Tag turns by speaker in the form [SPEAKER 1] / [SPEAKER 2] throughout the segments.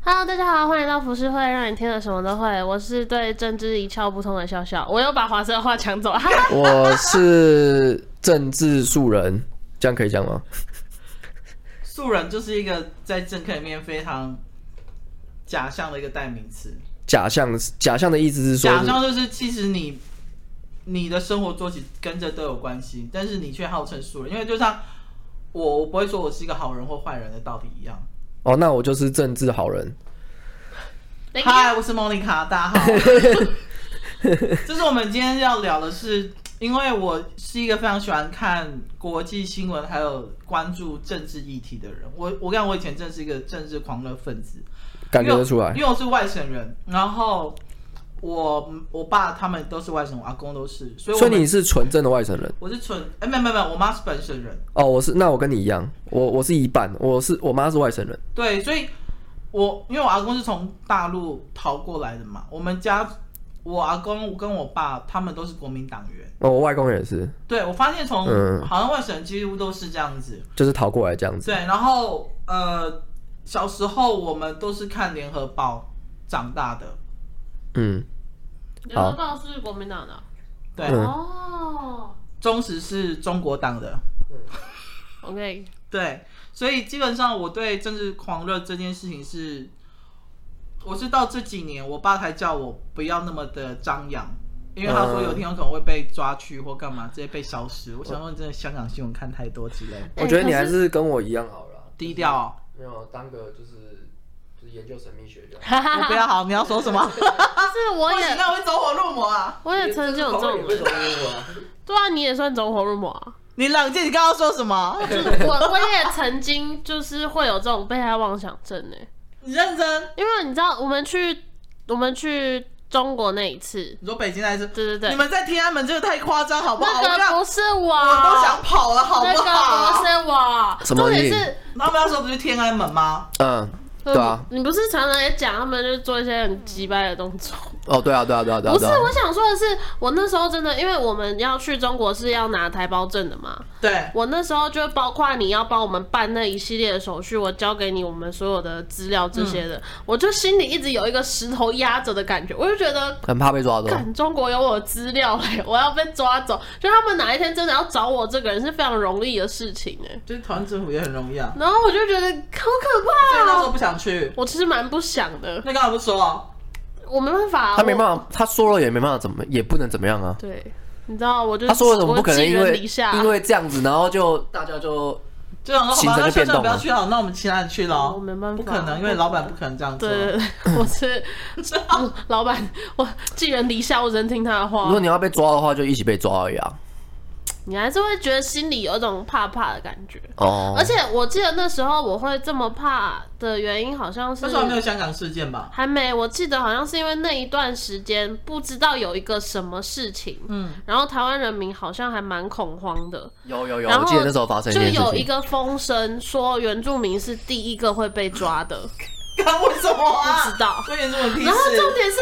[SPEAKER 1] Hello，大家好，欢迎来到浮世会，让你听了什么都会。我是对政治一窍不通的笑笑，我又把华生的话抢走， 哈哈
[SPEAKER 2] 我是政治素人，这样可以讲吗？
[SPEAKER 3] 素人就是一个在政客里面非常假象的一个代名词。
[SPEAKER 2] 假象，假象的意思是说
[SPEAKER 3] 假
[SPEAKER 2] 是，
[SPEAKER 3] 象就是其实你你的生活作息跟这都有关系，但是你却号称素人，因为就像我我不会说我是一个好人或坏人的道理一样。
[SPEAKER 2] 哦，那我就是政治好人。
[SPEAKER 1] 等一下
[SPEAKER 3] 嗨，我是莫妮卡，大家好。就是我们今天要聊的是，因为我是一个非常喜欢看国际新闻，还有关注政治议题的人。我我跟你讲我以前真的是一个政治狂热分子，
[SPEAKER 2] 感觉得出来
[SPEAKER 3] 因为我，因为我是外省人，然后我我爸他们都是外省，我阿公都是，所以我
[SPEAKER 2] 所
[SPEAKER 3] 们
[SPEAKER 2] 以你是纯正的外省人
[SPEAKER 3] 我是纯哎，没有没有没有，我妈是本省人，
[SPEAKER 2] 哦。我是，那我跟你一样，我我是一半，我是我妈是外省人。
[SPEAKER 3] 对，所以我因为我阿公是从大陆逃过来的嘛，我们家我阿公跟我爸他们都是国民党员，
[SPEAKER 2] 哦，我外公也是，
[SPEAKER 3] 对我发现从、
[SPEAKER 2] 嗯
[SPEAKER 3] 好像外省人几乎都是这样子，
[SPEAKER 2] 就是逃过来这样子。
[SPEAKER 3] 对，然后呃，小时候我们都是看联合报长大的，
[SPEAKER 2] 嗯，
[SPEAKER 1] 刘
[SPEAKER 2] 好
[SPEAKER 1] 德道是国民党的
[SPEAKER 3] 对，
[SPEAKER 2] 嗯
[SPEAKER 1] 哦。
[SPEAKER 3] 忠实是中国党的。
[SPEAKER 1] OK，
[SPEAKER 3] 对，所以基本上我对政治狂热这件事情是，我是到这几年，我爸才叫我不要那么的张扬，因为他说有一天有可能会被抓去或干嘛，直接被消失。我想说，你真的香港新闻看太多 之类的，
[SPEAKER 1] 哎
[SPEAKER 2] 我觉得
[SPEAKER 1] 可
[SPEAKER 2] 你还
[SPEAKER 1] 是
[SPEAKER 2] 是跟我一样好了。
[SPEAKER 3] 低调、哦。
[SPEAKER 2] 没有当个就是就是研究神秘学就好。
[SPEAKER 1] 哈哈
[SPEAKER 3] 我不
[SPEAKER 1] 哈，
[SPEAKER 3] 要好，你要说 什么？
[SPEAKER 1] 但哦是我
[SPEAKER 3] 不行，
[SPEAKER 1] 也
[SPEAKER 3] 那我会走火入魔啊！
[SPEAKER 1] 我也曾经有这种人，对啊，你也算走火入魔啊。
[SPEAKER 3] 你冷静，你刚刚说什么？
[SPEAKER 1] 我我也曾经就是会有这种被害妄想症呢、
[SPEAKER 3] 你认真？
[SPEAKER 1] 因为你知道我们去我们去中国那一次，
[SPEAKER 3] 你说北京那一次，
[SPEAKER 1] 对对对
[SPEAKER 3] 你们在天安门这个太夸张，好不好？我
[SPEAKER 1] 那个
[SPEAKER 3] 要
[SPEAKER 1] 不是我，
[SPEAKER 3] 我都想跑了，好
[SPEAKER 1] 那
[SPEAKER 3] 不
[SPEAKER 1] 个
[SPEAKER 3] 好
[SPEAKER 1] 不？是我，
[SPEAKER 2] 什么
[SPEAKER 1] 重点
[SPEAKER 2] 你
[SPEAKER 1] 是。呃
[SPEAKER 3] 他们那时候不是天安门吗？
[SPEAKER 2] 嗯，对啊，
[SPEAKER 1] 你不是常常也讲他们就是做一些很鸡掰的动作？
[SPEAKER 2] 哦，对啊，对啊，对啊，对啊。
[SPEAKER 1] 不是，
[SPEAKER 2] 对啊
[SPEAKER 1] 我想说的是，我那时候真的，因为我们要去中国是要拿台胞证的嘛，
[SPEAKER 3] 对，
[SPEAKER 1] 我那时候就包括你要帮我们办那一系列的手续，我交给你我们所有的资料这些
[SPEAKER 2] 嗯
[SPEAKER 1] 的，我就心里一直有一个石头压着的感觉，我就觉得。
[SPEAKER 2] 很怕被抓哦走。
[SPEAKER 1] 干中国有我的资料哎、我要被抓走，就他们哪一天真的要找我这个人是非常容易的事情哎、
[SPEAKER 3] 就是台湾政府也很容易啊。
[SPEAKER 1] 然后我就觉得好可
[SPEAKER 3] 所
[SPEAKER 1] 怕
[SPEAKER 3] 以那时
[SPEAKER 1] 哦、
[SPEAKER 3] 候不想去，
[SPEAKER 1] 我其实蛮不想的，
[SPEAKER 3] 那刚好不说，
[SPEAKER 1] 我没办法，
[SPEAKER 2] 他没
[SPEAKER 1] 我
[SPEAKER 2] 办法，他说了也没办法，怎么也不能怎么样啊。
[SPEAKER 1] 对，你知道，我就
[SPEAKER 2] 他说了怎么
[SPEAKER 1] 嗯我
[SPEAKER 2] 不可能？
[SPEAKER 1] 寄
[SPEAKER 2] 因
[SPEAKER 1] 人
[SPEAKER 2] 为
[SPEAKER 1] 篱下，
[SPEAKER 2] 因为这样子，然后就大家就
[SPEAKER 3] 就想说好
[SPEAKER 2] 行
[SPEAKER 3] 吧，
[SPEAKER 2] 程就
[SPEAKER 3] 那秀
[SPEAKER 2] 变
[SPEAKER 3] 秀
[SPEAKER 2] 动
[SPEAKER 3] 不
[SPEAKER 2] 了
[SPEAKER 3] 要去好，那我们其他人去喽。
[SPEAKER 1] 我没办法
[SPEAKER 3] 不可能，因为老板不可能这样做。
[SPEAKER 1] 对对 对，我是我老板，我寄人篱下，我只能听他的
[SPEAKER 2] 如果
[SPEAKER 1] 话。
[SPEAKER 2] 你要被抓的话，就一起被抓而已啊。
[SPEAKER 1] 你还是会觉得心里有一种怕怕的感觉。
[SPEAKER 2] 哦，
[SPEAKER 1] 而且我记得那时候我会这么怕的原因，好像是
[SPEAKER 3] 那时候还没有香港事件吧？
[SPEAKER 1] 还没，我记得好像是因为那一段时间不知道有一个什么事情，
[SPEAKER 3] 嗯，
[SPEAKER 1] 然后台湾人民好像还蛮恐慌的。
[SPEAKER 2] 有有有，
[SPEAKER 1] 然
[SPEAKER 2] 我
[SPEAKER 1] 后
[SPEAKER 2] 记得那时候发生
[SPEAKER 1] 就
[SPEAKER 2] 件
[SPEAKER 1] 有
[SPEAKER 2] 事
[SPEAKER 1] 一
[SPEAKER 2] 情，
[SPEAKER 1] 个风声说原住民是第一个会被抓的，
[SPEAKER 3] 干为什么啊？
[SPEAKER 1] 不知道
[SPEAKER 3] 所以你这么屁
[SPEAKER 1] 然后重
[SPEAKER 3] 事？
[SPEAKER 1] 点是，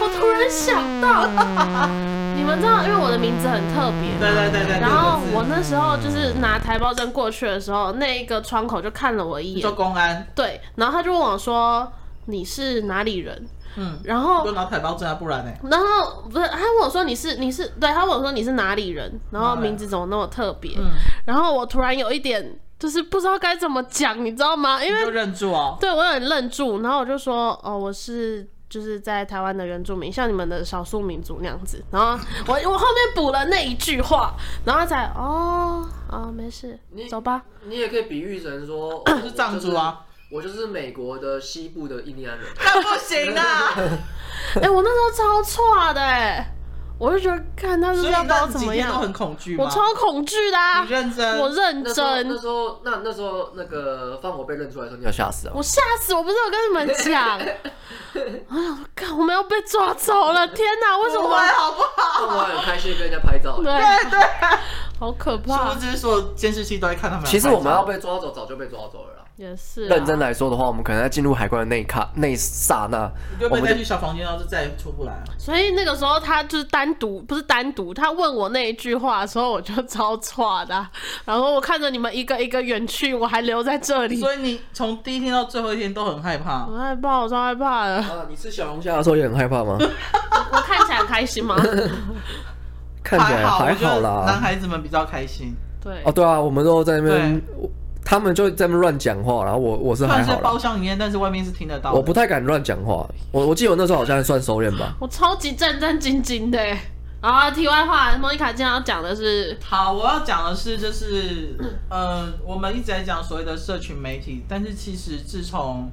[SPEAKER 1] 我突然想 到，你们知道，因为我的名字很特别
[SPEAKER 3] 对
[SPEAKER 1] 嘛。
[SPEAKER 3] 对对对。
[SPEAKER 1] 然后
[SPEAKER 3] 六个字
[SPEAKER 1] 我那时候就是拿台胞证过去的时候，那一个窗口就看了我一
[SPEAKER 3] 你说
[SPEAKER 1] 眼，
[SPEAKER 3] 公安，
[SPEAKER 1] 对，然后他就问我说你是哪里人，
[SPEAKER 3] 嗯，
[SPEAKER 1] 然
[SPEAKER 3] 不
[SPEAKER 1] 后
[SPEAKER 3] 拿台胞证啊，不然呢？
[SPEAKER 1] 然后不是他问我说你是你是对，他问我说你是哪里人，然后名字怎么那么特别，
[SPEAKER 3] 嗯，
[SPEAKER 1] 然后我突然有一点就是不知道该怎么讲，你知道吗？因为
[SPEAKER 3] 就认住哦。
[SPEAKER 1] 对我有点愣住，然后我就说，哦，我是就是在台湾的原住民，像你们的少数民族那样子。然后我我后面补了那一句话，然后他才哦哦没事
[SPEAKER 2] 你，
[SPEAKER 1] 走吧。
[SPEAKER 2] 你也可以比喻 成说，哦
[SPEAKER 3] 是藏族啊，
[SPEAKER 2] 我就是美国的西部的印第安人。
[SPEAKER 3] 那不行啊！
[SPEAKER 1] 哎、我那时候超错的哎、我就觉得看他是 不
[SPEAKER 3] 所以
[SPEAKER 1] 是要把
[SPEAKER 3] 那
[SPEAKER 1] 我
[SPEAKER 3] 你
[SPEAKER 1] 怎
[SPEAKER 3] 几
[SPEAKER 1] 么
[SPEAKER 3] 天
[SPEAKER 1] 样
[SPEAKER 3] 都，很恐惧吗？
[SPEAKER 1] 我超恐惧的、啊
[SPEAKER 3] 你，认真。
[SPEAKER 1] 我认真，
[SPEAKER 2] 时候那那时候那个放火被认出来的时候，你要吓死啊！
[SPEAKER 1] 我吓死，我不是有跟你们讲，我想说，看我们要被抓走了，天哪，为什
[SPEAKER 3] 不
[SPEAKER 1] 么
[SPEAKER 3] 会？好不好？
[SPEAKER 2] 我还很开心跟人家拍照
[SPEAKER 1] 对
[SPEAKER 3] 对
[SPEAKER 1] 好可怕
[SPEAKER 3] 殊不。知所有监视器都在看他们。
[SPEAKER 2] 其实我们要被抓走，早就被抓走了啦。
[SPEAKER 1] 也是啊啦
[SPEAKER 2] 认真来说的话，我们可能在进入海关的那一刻、那一刹那，
[SPEAKER 3] 你就
[SPEAKER 2] 我
[SPEAKER 3] 被
[SPEAKER 2] 们
[SPEAKER 3] 带
[SPEAKER 2] 就
[SPEAKER 3] 去小房间，然后就再也出不来了。
[SPEAKER 1] 所以那个时候他就是单独，不是单独，他问我那一句话的时候，我就超差的啊、 然后我看着你们一个一个远去，我还留在这里，
[SPEAKER 3] 所以你从第一天到最后一天都很害怕
[SPEAKER 1] 我，害怕，我超害怕的。
[SPEAKER 2] 啊，你吃小龙虾的时候也很害 怕吗？
[SPEAKER 1] 我看起来很开心吗？
[SPEAKER 2] 看起来
[SPEAKER 3] 好，
[SPEAKER 2] 还
[SPEAKER 3] 我觉
[SPEAKER 2] 好
[SPEAKER 3] 得男
[SPEAKER 2] 啦。
[SPEAKER 3] 孩子们比较开心，
[SPEAKER 1] 对，
[SPEAKER 2] 哦，对啊，我们都在那边，我他们就在那边乱讲话，然后我我是
[SPEAKER 3] 虽
[SPEAKER 2] 还
[SPEAKER 3] 然是
[SPEAKER 2] 好
[SPEAKER 3] 包
[SPEAKER 2] 啦，
[SPEAKER 3] 厢里面，但是外面是听得到的。
[SPEAKER 2] 我不太敢乱讲话。我我记得我那时候好像算收敛吧。
[SPEAKER 1] 我超级战战兢兢的欸。然后题外话，莫妮卡今天要讲的是，
[SPEAKER 3] 好，我要讲的是，就是呃，我们一直在讲所谓的社群媒体，但是其实自从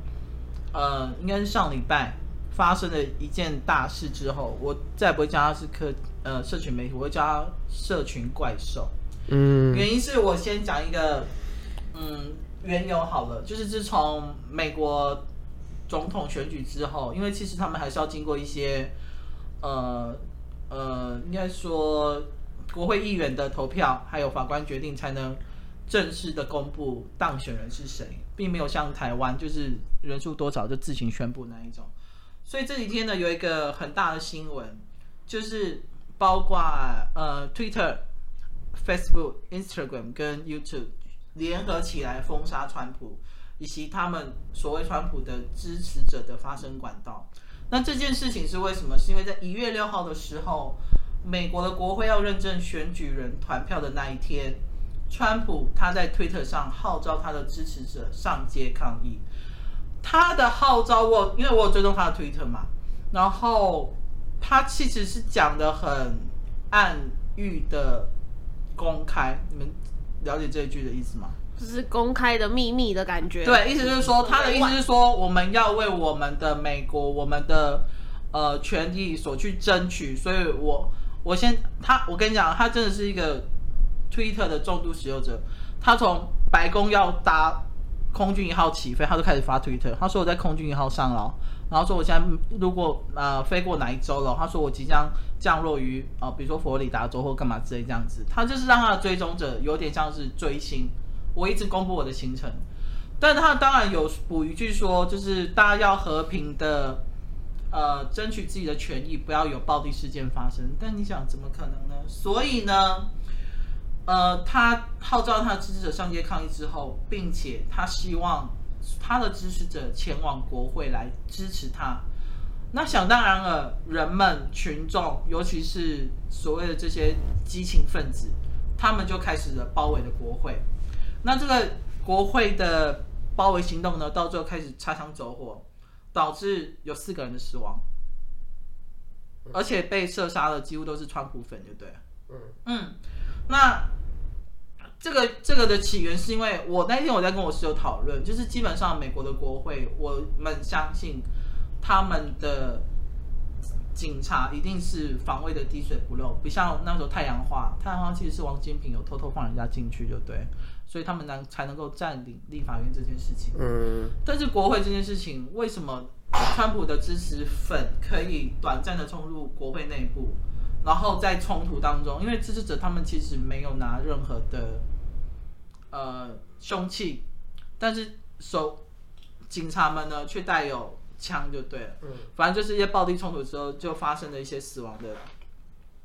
[SPEAKER 3] 呃，应该是上礼拜发生的一件大事之后，我再也不会叫它是科呃社群媒体，我会叫它社群怪兽。
[SPEAKER 2] 嗯，
[SPEAKER 3] 原因是我先讲一个嗯缘由好了，就是自从美国总统选举之后，因为其实他们还是要经过一些呃呃，应该说国会议员的投票，还有法官决定才能正式的公布当选人是谁，并没有像台湾就是人数多少就自行宣布那一种。所以这几天呢，有一个很大的新闻，就是包括呃 Twitter、Facebook、Instagram 跟 YouTube 联合起来封杀川普，以及他们所谓川普的支持者的发声管道。那这件事情是为什么？是因为在一月六号的时候，美国的国会要认证选举人团票的那一天，川普他在推特上号召他的支持者上街抗议。他的号召我，因为我有追踪他的推特嘛，然后他其实是讲的很暗喻的公开，你们了解这一句的意思吗？
[SPEAKER 1] 就是公开的秘密的感觉。
[SPEAKER 3] 对，意思就是说，他的意思是说，我们要为我们的美国、我们的呃权益所去争取。所以我我先他，我跟你讲，他真的是一个 Twitter 的重度使用者。他从白宫要搭空军一号起飞，他就开始发 Twitter，他说我在空军一号上了哦，然后说我现在如果呃飞过哪一州了，他说我即将降落于呃比如说佛罗里达州或干嘛之类这样子。他就是让他的追踪者有点像是追星，我一直公布我的行程。但他当然有补一句说，就是大家要和平的，呃，争取自己的权益，不要有暴力事件发生。但你想，怎么可能呢？所以呢，呃，他号召他的支持者上街抗议之后，并且他希望他的支持者前往国会来支持他。那想当然了，人们群众，尤其是所谓的这些激情分子，他们就开始了包围了国会。那这个国会的包围行动呢，到最后开始擦枪走火，导致有四个人的死亡，而且被射杀的几乎都是川普粉，就对了。
[SPEAKER 2] 嗯
[SPEAKER 3] 嗯，那这个这个的起源是因为我那天我在跟我室友讨论，就是基本上美国的国会，我们相信他们的警察一定是防卫的滴水不漏，不像那时候太阳花，太阳花其实是王金平有偷偷放人家进去，就对，所以他们能才能够占领立法院这件事情。
[SPEAKER 2] 嗯，
[SPEAKER 3] 但是国会这件事情，为什么川普的支持粉可以短暂的冲入国会内部，然后在冲突当中，因为支持者他们其实没有拿任何的呃凶器，但是手警察们呢却带有枪，就对了。
[SPEAKER 2] 嗯，
[SPEAKER 3] 反正就是一些暴力冲突之后，就发生了一些死亡的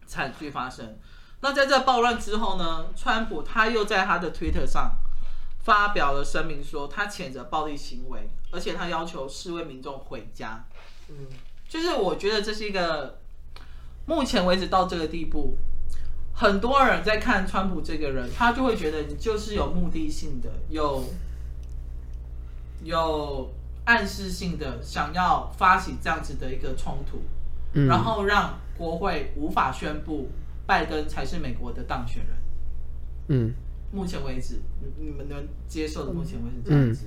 [SPEAKER 3] 惨剧发生。那在这暴乱之后呢，川普他又在他的推特上发表了声明说，他谴责暴力行为，而且他要求示威民众回家。
[SPEAKER 2] 嗯，
[SPEAKER 3] 就是我觉得这是一个目前为止到这个地步，很多人在看川普这个人，他就会觉得你就是有目的性的，有有暗示性的想要发起这样子的一个冲突，
[SPEAKER 2] 嗯
[SPEAKER 3] 然后让国会无法宣布拜登才是美国的当选人。
[SPEAKER 2] 嗯
[SPEAKER 3] 目前为止，你你们能接受的目前为止这样子。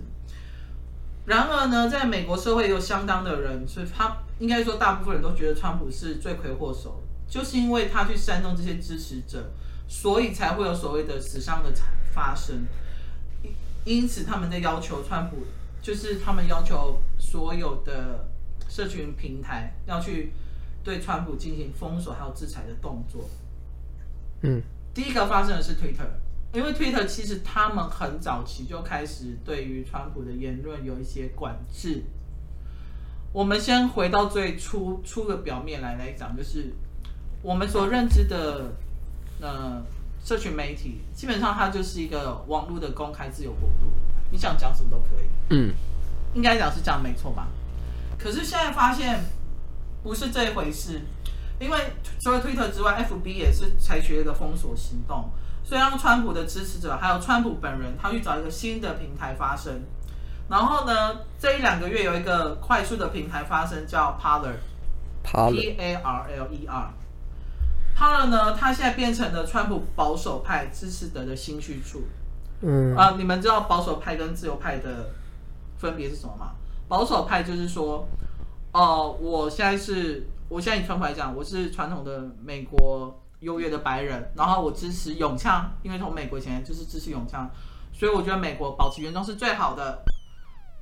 [SPEAKER 3] 然而呢，在美国社会有相当的人，所以他应该说大部分人都觉得川普是罪魁祸首，就是因为他去煽动这些支持者，所以才会有所谓的死伤的发生。因因此，他们在要求川普，就是他们要求所有的社群平台要去对川普进行封锁还有制裁的动作。
[SPEAKER 2] 嗯
[SPEAKER 3] 第一个发生的是 Twitter，因为 Twitter 其实他们很早期就开始对于川普的言论有一些管制。我们先回到最初初的表面来来讲，就是我们所认知的呃社群媒体，基本上它就是一个网络的公开自由国度，你想讲什么都可以，
[SPEAKER 2] 嗯，
[SPEAKER 3] 应该讲是这样没错吧？可是现在发现不是这一回事，因为除了 Twitter 之外，FB 也是采取了一个封锁行动，所以让川普的支持者还有川普本人，他去找一个新的平台发声。然后呢，这一两个月有一个快速的平台发生，叫 Parler，P
[SPEAKER 2] 趴了，
[SPEAKER 3] A R L E R。Parler 呢，它现在变成了川普保守派支持者的新去处。
[SPEAKER 2] 嗯
[SPEAKER 3] 啊、你们知道保守派跟自由派的分别是什么吗？保守派就是说，哦、我现在是，我现在以川普来讲，我是传统的美国优越的白人，然后我支持永枪，因为从美国以前就是支持永枪，所以我觉得美国保持原状是最好的。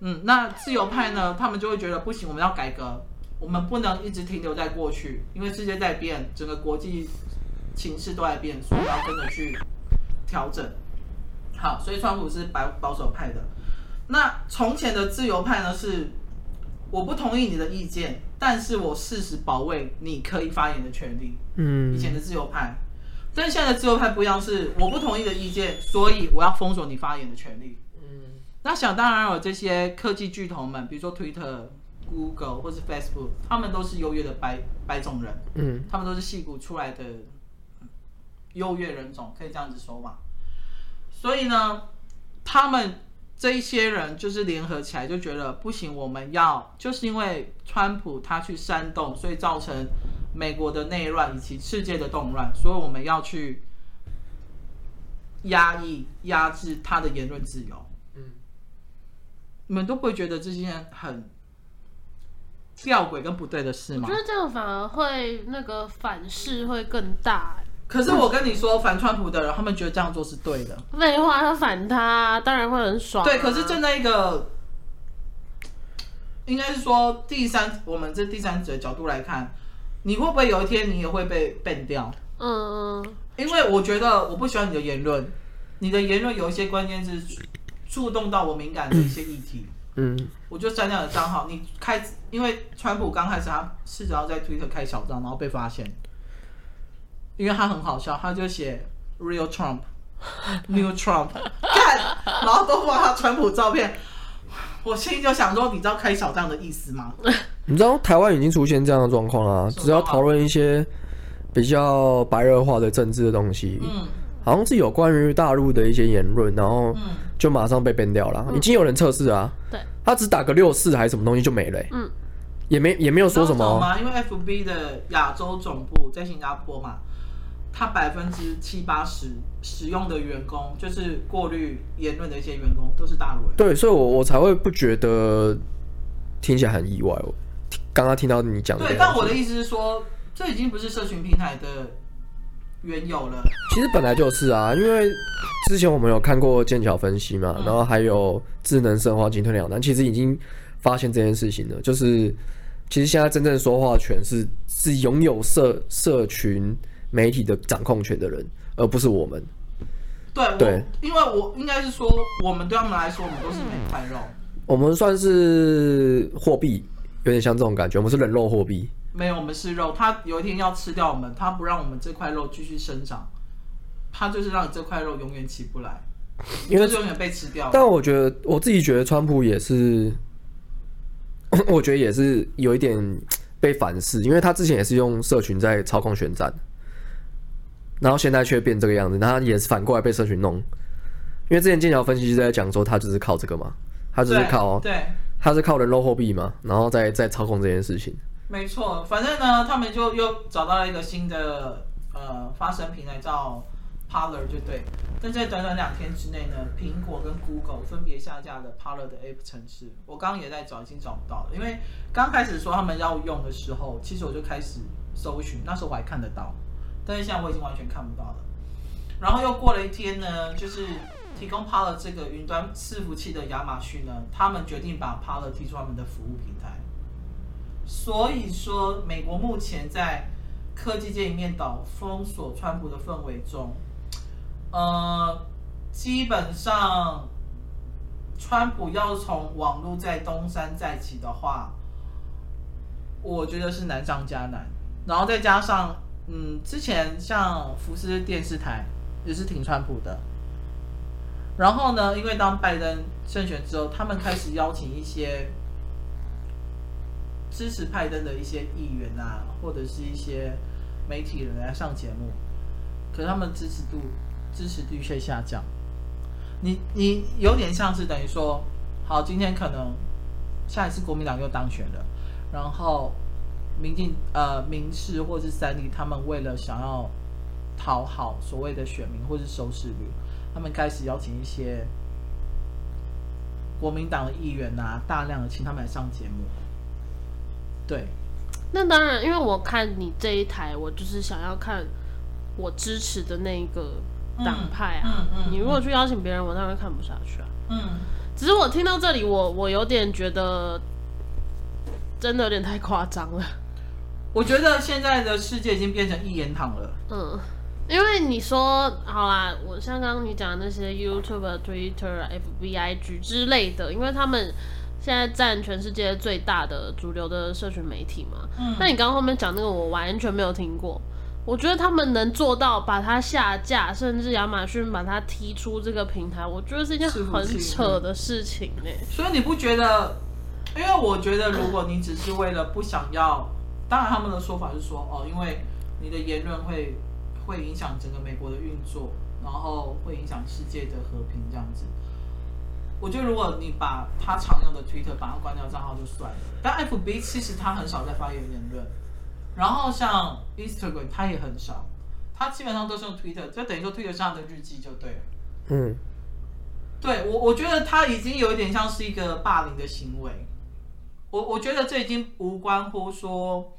[SPEAKER 3] 嗯，那自由派呢，他们就会觉得不行，我们要改革，我们不能一直停留在过去，因为世界在变，整个国际情势都在变，所以我们要跟着去调整。好，所以川普是保保守派的。那从前的自由派呢是，我不同意你的意见，但是我事实保卫你可以发言的权利。以
[SPEAKER 2] 嗯
[SPEAKER 3] 前的自由派，但现在的自由派不一样，是我不同意的意见，所以我要封锁你发言的权利。
[SPEAKER 2] 嗯
[SPEAKER 3] 那想当然有这些科技巨头们，比如说 Twitter、Google 或是 Facebook，他们都是优越的白白种人。
[SPEAKER 2] 嗯
[SPEAKER 3] 他们都是戏骨出来的优越人种，可以这样子说嘛。所以呢，他们这一些人就是联合起来，就觉得不行，我们要就是因为川普他去煽动，所以造成美国的内乱以及世界的动乱，所以我们要去压抑、压制他的言论自由。
[SPEAKER 2] 嗯，
[SPEAKER 3] 你们都不会觉得这件很吊诡跟不对的事吗
[SPEAKER 1] 我觉？得这样反而会那个反噬会更大、
[SPEAKER 3] 可是我跟你说，反川普的人，他们觉得这样做是对的。
[SPEAKER 1] 废话，他反他，当然会很爽、啊
[SPEAKER 3] 对，可是
[SPEAKER 1] 嗯
[SPEAKER 3] 站在一个，应该是说第三，我们这第三者的角度来看，你会不会有一天你也会被 ban 掉？
[SPEAKER 1] 嗯嗯，
[SPEAKER 3] 因为我觉得我不喜欢你的言论，你的言论有一些关键是触触动到我敏感的一些议题，
[SPEAKER 2] 嗯
[SPEAKER 3] 我就删掉你的账号。你开，因为川普刚开始他试着要在 Twitter 开小账，然后被发现，因为他很好笑，他就写 Real Trump。New Trump，干，然后都放他川普照片，我心里就想说，你知道开小账的意思吗？
[SPEAKER 2] 你知道台湾已经出现这样的状况啊，
[SPEAKER 3] 什么
[SPEAKER 2] 只要讨论一些比较白热化的政治的东西，
[SPEAKER 3] 嗯
[SPEAKER 2] 好像是有关于大陆的一些言论，然后
[SPEAKER 3] 嗯，
[SPEAKER 2] 就马上被 ban 掉了。已经有人测试啊，
[SPEAKER 1] 对，
[SPEAKER 2] 他只打个六四还是什么东西就没了、欸
[SPEAKER 1] 嗯，
[SPEAKER 2] 也没也没有
[SPEAKER 3] 你知
[SPEAKER 2] 说
[SPEAKER 3] 道
[SPEAKER 2] 什么
[SPEAKER 3] 么
[SPEAKER 2] 哦，
[SPEAKER 3] 吗？因为 FB 的亚洲总部在新加坡嘛，它百分之七八十使用的员工，就是过滤言论的一些员工都是大陆人。
[SPEAKER 2] 对，所以我我才会不觉得听起来很意外。我听刚刚听到你讲这
[SPEAKER 3] 对，
[SPEAKER 2] 个东西，
[SPEAKER 3] 但我的意思是说，这已经不是社群平台的缘由了。
[SPEAKER 2] 其实本来就是啊，因为之前我们有看过剑桥分析嘛，然后还有智能生化进退两难，其实已经发现这件事情了。就是其实现在真正说话权是是拥有社社群媒体的掌控权的人，而不是我们。
[SPEAKER 3] 对，我
[SPEAKER 2] 对
[SPEAKER 3] 因为我应该是说，我们对他们来说，我们都是一枚块肉。
[SPEAKER 2] 我们算是货币，有点像这种感觉，我们是人肉货币。
[SPEAKER 3] 没有，我们是肉，它有一天要吃掉我们，它不让我们这块肉继续生长，它就是让你这块肉永远起不来，
[SPEAKER 2] 因为
[SPEAKER 3] 就是永远被吃掉。
[SPEAKER 2] 但我觉得我自己觉得川普也是， 我觉得也是有一点被反噬，因为他之前也是用社群在操控选战，然后现在却变这个样子，那他也是反过来被社群弄。因为之前剑桥分析师在讲说，他就是靠这个嘛，他就是
[SPEAKER 3] 对
[SPEAKER 2] 靠
[SPEAKER 3] 对，
[SPEAKER 2] 他是靠人肉货币嘛，然后再再操控这件事情。
[SPEAKER 3] 没错。反正呢，他们就又找到了一个新的呃发声平台，叫 Parler 就对。但在短短两天之内呢，苹果跟 Google 分别下架了 Parler 的 App 程式。我刚刚也在找，已经找不到了，因为刚开始说他们要用的时候，其实我就开始搜寻，那时候我还看得到，但是现在我已经完全看不到了。然后又过了一天呢，就是提供 Parler 这个云端伺服器的亚马逊呢，他们决定把 Parler 踢出他们的服务平台。所以说，美国目前在科技界一面倒封锁川普的氛围中，呃，基本上，川普要从网络在东山再起的话，我觉得是难上加难。然后再加上，嗯，之前像福斯电视台也是挺川普的。然后呢，因为当拜登胜选之后，他们开始邀请一些支持拜登的一些议员啊，或者是一些媒体人来上节目，可是他们支持度支持率却下降。你你有点像是等于说，好，今天可能下一次国民党又当选了，然后民进呃民视或是三立，他们为了想要讨好所谓的选民或是收视率，他们开始邀请一些国民党的议员啊，大量的请他们来上节目。对，
[SPEAKER 1] 那当然，因为我看你这一台，我就是想要看我支持的那一个党派啊。
[SPEAKER 3] 嗯嗯嗯
[SPEAKER 1] 你如果去邀请别人，我当然看不下去啊。
[SPEAKER 3] 嗯，
[SPEAKER 1] 只是我听到这里，我我有点觉得，真的有点太夸张了。
[SPEAKER 3] 我觉得现在的世界已经变成一言堂了。
[SPEAKER 1] 嗯，因为你说好啦，我像刚刚你讲的那些 YouTube、Twitter、FB、IG 啊之类的，因为他们现在占全世界最大的主流的社群媒体嘛。
[SPEAKER 3] 嗯
[SPEAKER 1] 那你刚刚后面讲那个，我完全没有听过。我觉得他们能做到把它下架，甚至亚马逊把它踢出这个平台，我觉得是一件
[SPEAKER 3] 是不
[SPEAKER 1] 很
[SPEAKER 3] 是
[SPEAKER 1] 扯的事情欸呢、
[SPEAKER 3] 所以你不觉得？因为哦我觉得，如果你只是为了不想要，当然他们的说法是说，哦，因为你的言论会会影响整个美国的运作，然后会影响世界的和平这样子。我觉得，如果你把他常用的 Twitter 把它关掉账号就算了，但 FB 其实他很少在发言言论，然后像 Instagram 他也很少，他基本上都是用 Twitter，就等于说 Twitter 上的日记就对了。
[SPEAKER 2] 嗯，
[SPEAKER 3] 对我，我觉得他已经有一点像是一个霸凌的行为。我我觉得这已经无关乎说，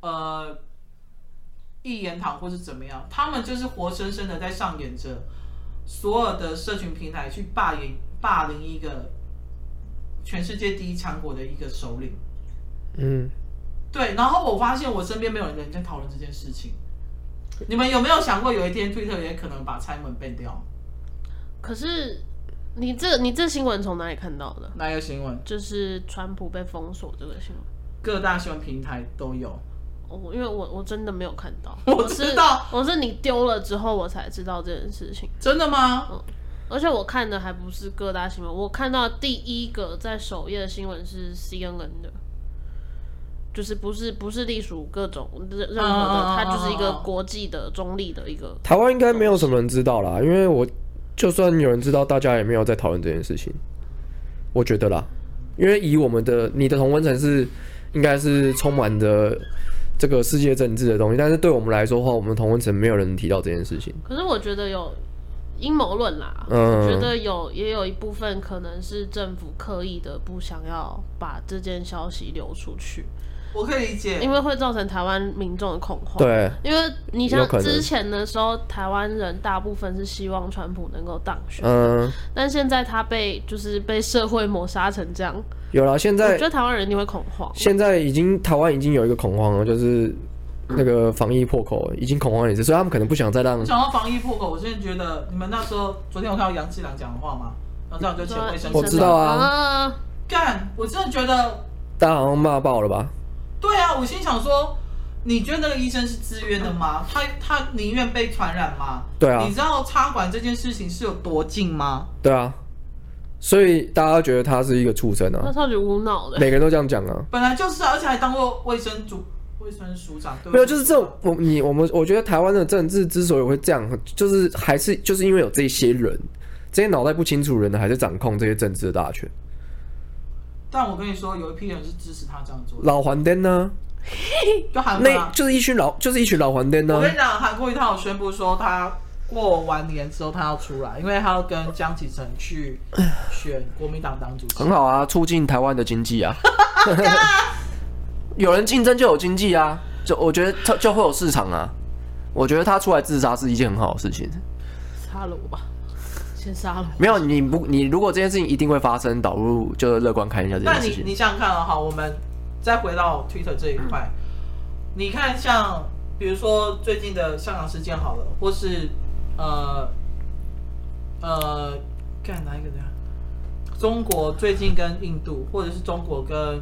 [SPEAKER 3] 呃，一言堂或是怎么样，他们就是活生生的在上演着所有的社群平台去霸凌霸凌一个全世界第一强国的一个首领。
[SPEAKER 2] 嗯，
[SPEAKER 3] 对，然后我发现我身边没有人在讨论这件事情。你们有没有想过，有一天推特也可能把蔡英文变掉？
[SPEAKER 1] 可是你这你这新闻从哪里看到的？
[SPEAKER 3] 哪一个新闻？
[SPEAKER 1] 就是川普被封锁这个新闻。
[SPEAKER 3] 各大新闻平台都有。
[SPEAKER 1] 我哦因为我我真的没有看 到，
[SPEAKER 3] 我
[SPEAKER 1] 是
[SPEAKER 3] 知道
[SPEAKER 1] 我是你丢了之后我才知道这件事情，
[SPEAKER 3] 真的吗？
[SPEAKER 1] 而且我看的还不是各大新闻，我看到第一个在首页的新闻是 CNN 的，就是不是不是隶属各种任任何
[SPEAKER 2] 嗯
[SPEAKER 1] 的，
[SPEAKER 3] 哦哦哦
[SPEAKER 1] 它就是一个
[SPEAKER 3] 哦哦
[SPEAKER 1] 国际的中立的一个，
[SPEAKER 2] 台湾应该没有什么人知道啦，因为我就算有人知道，大家也没有在讨论这件事情，我觉得啦，因为以我们的你的同温层是应该是充满着这个世界政治的东西，但是对我们来说的话，我们同温层没有人提到这件事情，
[SPEAKER 1] 可是我觉得有阴谋论啦，
[SPEAKER 2] 嗯
[SPEAKER 1] 我觉得有也有一部分可能是政府刻意的不想要把这件消息流出去，
[SPEAKER 3] 我可以理解，
[SPEAKER 1] 因为会造成台湾民众的恐慌。
[SPEAKER 2] 对，
[SPEAKER 1] 因为你
[SPEAKER 2] 有
[SPEAKER 1] 像
[SPEAKER 2] 可能
[SPEAKER 1] 之前的时候，台湾人大部分是希望川普能够当选，
[SPEAKER 2] 嗯，
[SPEAKER 1] 但现在他被就是被社会抹杀成这样，我
[SPEAKER 2] 有啦，现在
[SPEAKER 1] 觉得台湾人一定会恐慌。
[SPEAKER 2] 现在已经台湾已经有一个恐慌了，就是那个防疫破口已经恐慌了一次，所以他们可能不想再让
[SPEAKER 3] 我想到防疫破口，我现在觉得你们那时候昨天我看到杨志良讲的话嘛，杨志良就前卫生
[SPEAKER 2] 我知道啊
[SPEAKER 1] 啊，
[SPEAKER 3] 干，我真的觉得，
[SPEAKER 2] 大家好像骂爆了吧？
[SPEAKER 3] 对啊，我心想说，你觉得那个医生是自愿的吗？他他宁愿被传染吗？
[SPEAKER 2] 对啊
[SPEAKER 3] 你知道插管这件事情是有多近吗？
[SPEAKER 2] 对啊，所以大家觉得他是一个畜生
[SPEAKER 1] 那
[SPEAKER 2] 啊，
[SPEAKER 1] 超级无脑的。
[SPEAKER 2] 每个人都这样讲啊。
[SPEAKER 3] 本来就是啊，而且还当过卫生组卫生署长，对不对
[SPEAKER 2] 没有，就是这种我你我们我觉得台湾的政治之所以会这样，就是还是就是因为有这些人，这些脑袋不清楚的人呢还是掌控这些政治的大权。
[SPEAKER 3] 但我跟你说，有一批人是支持他这样做的，
[SPEAKER 2] 老黄灯呢，
[SPEAKER 3] 就韩国、
[SPEAKER 2] 那
[SPEAKER 3] 啊。
[SPEAKER 2] 就是一群老就是一群老黄灯啊呢
[SPEAKER 3] 我跟，你讲，韩国瑜他有宣布说，他过完年之后他要出来，因为他要跟江启臣去选国民党党主席
[SPEAKER 2] 很。好啊，促进台湾的经济啊。
[SPEAKER 3] 啊
[SPEAKER 2] 有人竞争就有经济啊，就我觉得他就会有市场啊。我觉得他出来自杀是一件很好的事情。
[SPEAKER 1] 杀了我吧，先杀了我。
[SPEAKER 2] 没有，你不，你如果这件事情一定会发生，导入就乐观看一下这
[SPEAKER 3] 那
[SPEAKER 2] 件
[SPEAKER 3] 你
[SPEAKER 2] 事情。
[SPEAKER 3] 你想想看哦，好，我们再回到 Twitter 这一块，
[SPEAKER 2] 嗯
[SPEAKER 3] 你看像比如说最近的香港事件好了，或是呃呃，干哪一个的呀？中国最近跟印度，或者是中国跟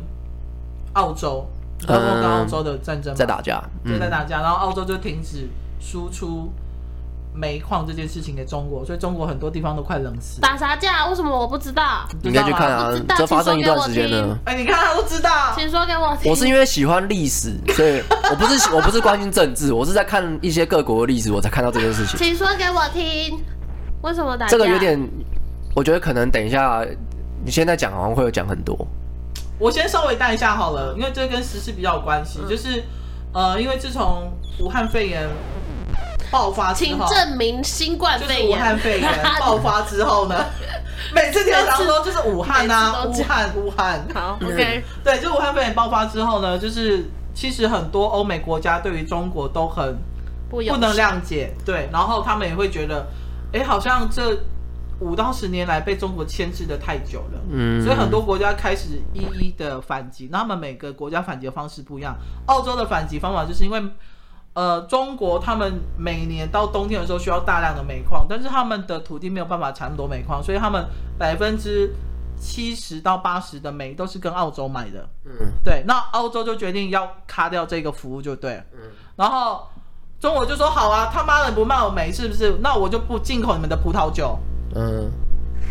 [SPEAKER 3] 澳洲，中国
[SPEAKER 2] 嗯
[SPEAKER 3] 跟澳洲的战争嘛
[SPEAKER 2] 在打架，
[SPEAKER 3] 就
[SPEAKER 2] 嗯
[SPEAKER 3] 在打架，然后澳洲就停止输出煤矿这件事情给中国，所以中国很多地方都快冷死。
[SPEAKER 1] 打啥架？为什么我不知道？
[SPEAKER 2] 你可以去看
[SPEAKER 1] 我知
[SPEAKER 2] 啊
[SPEAKER 1] 道，
[SPEAKER 2] 这发生一段时间
[SPEAKER 1] 请说给我
[SPEAKER 2] 了
[SPEAKER 1] 听。
[SPEAKER 3] 哎、你看他都知道，
[SPEAKER 1] 请说给我听。
[SPEAKER 2] 我是因为喜欢历史，所以我不是我不是关心政治，我是在看一些各国的历史，我才看到这件事情。
[SPEAKER 1] 请说给我听，为什么打架？
[SPEAKER 2] 这个有点，我觉得可能等一下你现在讲好像会有讲很多。
[SPEAKER 3] 我先稍微带一下好了，因为这跟时事比较有关
[SPEAKER 1] 嗯
[SPEAKER 3] 系，就是呃，因为自从武汉肺炎爆发之
[SPEAKER 1] 请
[SPEAKER 3] 后，
[SPEAKER 1] 证明新冠
[SPEAKER 3] 就是
[SPEAKER 1] 肺
[SPEAKER 3] 武
[SPEAKER 1] 炎。
[SPEAKER 3] 汉 肺炎爆发之后呢，每次听到说就是武汉啊，
[SPEAKER 1] 每次
[SPEAKER 3] 武
[SPEAKER 1] 都
[SPEAKER 3] 汉武汉，
[SPEAKER 1] 好，OK，
[SPEAKER 3] 对，就武汉肺炎爆发之后呢，就是其实很多欧美国家对于中国都很
[SPEAKER 1] 不友
[SPEAKER 3] 不
[SPEAKER 1] 善
[SPEAKER 3] 能谅解，对，然后他们也会觉得，哎，好像这五到十年来被中国牵制的太久了，
[SPEAKER 2] 嗯，
[SPEAKER 3] 所以很多国家开始一一的反击，那他们每个国家反击的方式不一样。澳洲的反击方法就是因为，呃，中国他们每年到冬天的时候需要大量的煤矿，但是他们的土地没有办法产很多煤矿，所以他们百分之七十到八十的煤都是跟澳洲买的。
[SPEAKER 2] 嗯
[SPEAKER 3] 对，那澳洲就决定要卡掉这个服务就对了。
[SPEAKER 2] 嗯
[SPEAKER 3] 然后中国就说好啊，他妈的不卖我煤是不是？那我就不进口你们的葡萄酒。
[SPEAKER 2] 嗯，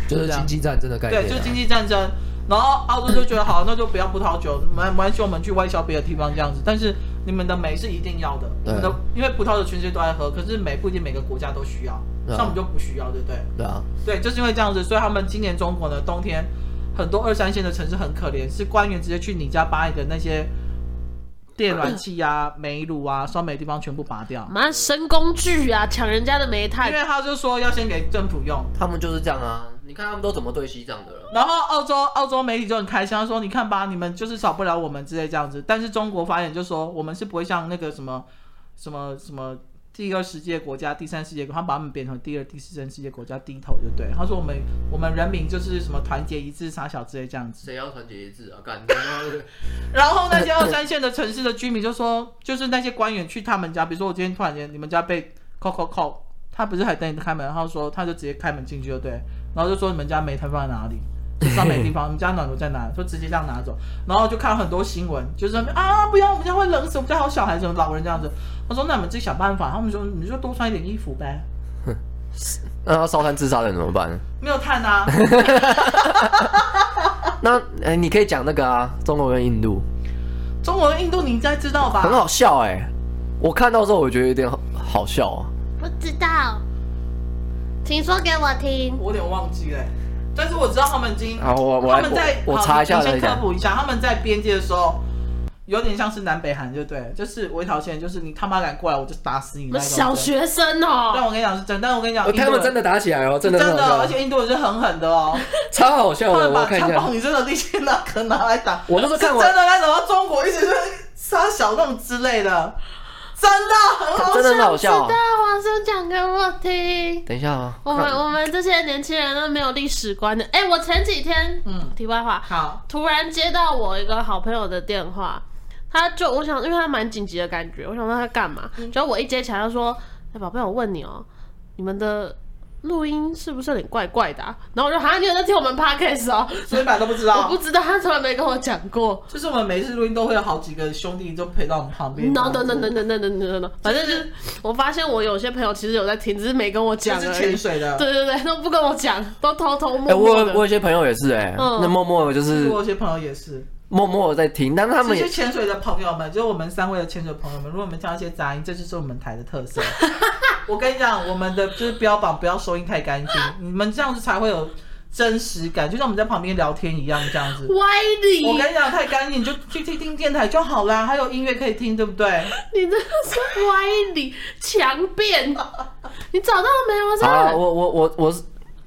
[SPEAKER 2] 就是经济战争的概念啊、
[SPEAKER 3] 对，就经济战争。然后澳洲就觉得好，那就不要葡萄酒，没没关系，我们去外销别的地方这样子。但是你们的美是一定要的，我
[SPEAKER 2] 对
[SPEAKER 3] 们的因为葡萄酒全世界都爱喝，可是美不一定每个国家都需要，
[SPEAKER 2] 对啊
[SPEAKER 3] 像我们就不需要，对不对？
[SPEAKER 2] 对啊，
[SPEAKER 3] 对，就是因为这样子，所以他们今年中国呢，冬天很多二三线的城市很可怜，是官员直接去你家把你的那些电暖气啊、煤炉啊、烧煤的地方全部拔掉，
[SPEAKER 1] 妈神工具啊，抢人家的煤炭
[SPEAKER 3] 因。为他就说要先给政府用。
[SPEAKER 2] 他们就是这样啊。你看他们都怎么对西藏的了？
[SPEAKER 3] 然后澳洲澳洲媒体就很开心，他说你看吧，你们就是少不了我们之类这样子。但是中国发言就说我们是不会像那个什么什么什么第二世界国家、第三世界国家，他把他们变成第二、第四世界国家低头就对。他说我们我们人民就是什么团结一致、傻小之类这样子。
[SPEAKER 2] 谁要团结一致啊？干！
[SPEAKER 3] 然后那些二三线的城市的居民就说，就是那些官员去他们家，比如说我今天突然间你们家被扣扣扣，他不是还等你开门，然后说他就直接开门进去就对，然后就说你们家煤炭放在哪里，上煤地方，你们家暖炉在哪，就直接这样拿走，然后就看很多新闻，就是在那边啊不要，我们家会冷死，我们家还有小孩子、有老人这样子，他说那你们自己想办法，他们说你就多穿一点衣服呗，
[SPEAKER 2] 那要烧炭自杀的人怎么办？
[SPEAKER 3] 没有碳啊，
[SPEAKER 2] 那哎、你可以讲那个啊，中国跟印度，
[SPEAKER 3] 中国跟印度你应该知道吧？
[SPEAKER 2] 很好笑哎、我看到之后我觉得有点好好笑啊。
[SPEAKER 1] 不知道，请说给我听。
[SPEAKER 3] 我有点忘记了欸、但是我知道他们已经，
[SPEAKER 2] 好我我
[SPEAKER 3] 他们
[SPEAKER 2] 我
[SPEAKER 3] 在
[SPEAKER 2] 我
[SPEAKER 3] 好
[SPEAKER 2] 查一下
[SPEAKER 3] 你先
[SPEAKER 2] 再讲
[SPEAKER 3] 科普一下，他们在边界的时候，有点像是南北韩，就对了，就是我一条线，就是你他妈敢过来，我就打死你
[SPEAKER 1] 我
[SPEAKER 3] 那
[SPEAKER 1] 们
[SPEAKER 3] 种。
[SPEAKER 1] 小，学生哦，
[SPEAKER 3] 但我跟你讲是真，但我跟你讲，
[SPEAKER 2] 呃他们真
[SPEAKER 3] 的
[SPEAKER 2] 的打起来哦，真
[SPEAKER 3] 真
[SPEAKER 2] 的很好笑
[SPEAKER 3] 的，而且印度人是狠狠 的哦，
[SPEAKER 2] 超好笑
[SPEAKER 3] 他
[SPEAKER 2] 的，
[SPEAKER 3] 们
[SPEAKER 2] 我
[SPEAKER 3] 把
[SPEAKER 2] 看一
[SPEAKER 3] 枪
[SPEAKER 2] 下
[SPEAKER 3] 棒。女生的利 器拿可拿来打，
[SPEAKER 2] 我那时候
[SPEAKER 3] 是
[SPEAKER 2] 看
[SPEAKER 3] 真
[SPEAKER 2] 完
[SPEAKER 3] 的那种，中国一直是杀小那种之类的，真的很好
[SPEAKER 2] 真的很好笑
[SPEAKER 1] 知道
[SPEAKER 2] 啊。
[SPEAKER 1] 黄生讲给我听。
[SPEAKER 2] 等一下啊，
[SPEAKER 1] 我们
[SPEAKER 2] 看
[SPEAKER 1] 我们这些年轻人都没有历史观的。哎、我前几天，
[SPEAKER 3] 嗯
[SPEAKER 1] 题外话，
[SPEAKER 3] 好，
[SPEAKER 1] 突然接到我一个好朋友的电话，他就我想，因为他蛮紧急的感觉，我想问他干嘛，结果我一接起来，他说：“哎、宝贝，我问你哦、你们的录音是不是有点怪怪的、啊？”然后我就好像你有在听我们 podcast 哦、
[SPEAKER 3] 所以版都不知
[SPEAKER 1] 我
[SPEAKER 3] 道
[SPEAKER 1] 不。知道，他从来没跟我讲过。
[SPEAKER 3] 就是我们每一次录音都会有好几个兄弟就陪到我们旁边。
[SPEAKER 1] no no no no no no no no no，反正就是我发现我有些朋友其实有在听，只是没跟我讲
[SPEAKER 3] 就
[SPEAKER 1] 而
[SPEAKER 3] 是
[SPEAKER 1] 已
[SPEAKER 3] 潜。水的。
[SPEAKER 1] 对对对，都不跟我讲，都偷偷
[SPEAKER 2] 哎、
[SPEAKER 1] 摸
[SPEAKER 2] 我
[SPEAKER 1] 摸
[SPEAKER 2] 有
[SPEAKER 1] 的。
[SPEAKER 2] 我有些朋友也是哎、
[SPEAKER 1] 嗯
[SPEAKER 2] 那默默的就
[SPEAKER 3] 其实
[SPEAKER 2] 是
[SPEAKER 3] 我有些朋友也是，
[SPEAKER 2] 默默的在听，但是他
[SPEAKER 3] 这
[SPEAKER 2] 们也
[SPEAKER 3] 些潜水的朋友们，就是我们三位的潜水朋友们，如果我们听到一些杂音，这就是我们台的特色。 我跟你讲，我们的就是标榜不要收音太干净，你们这样子才会有真实感，就像我们在旁边聊天一样这样子。
[SPEAKER 1] 歪理，
[SPEAKER 3] 我跟你讲，太干净你就去听听电台就好啦，还有音乐可以听，对不对？
[SPEAKER 1] 你这是歪理，强辩。你找到了没有？真
[SPEAKER 2] 啊，
[SPEAKER 1] 的？
[SPEAKER 2] 我我我我是，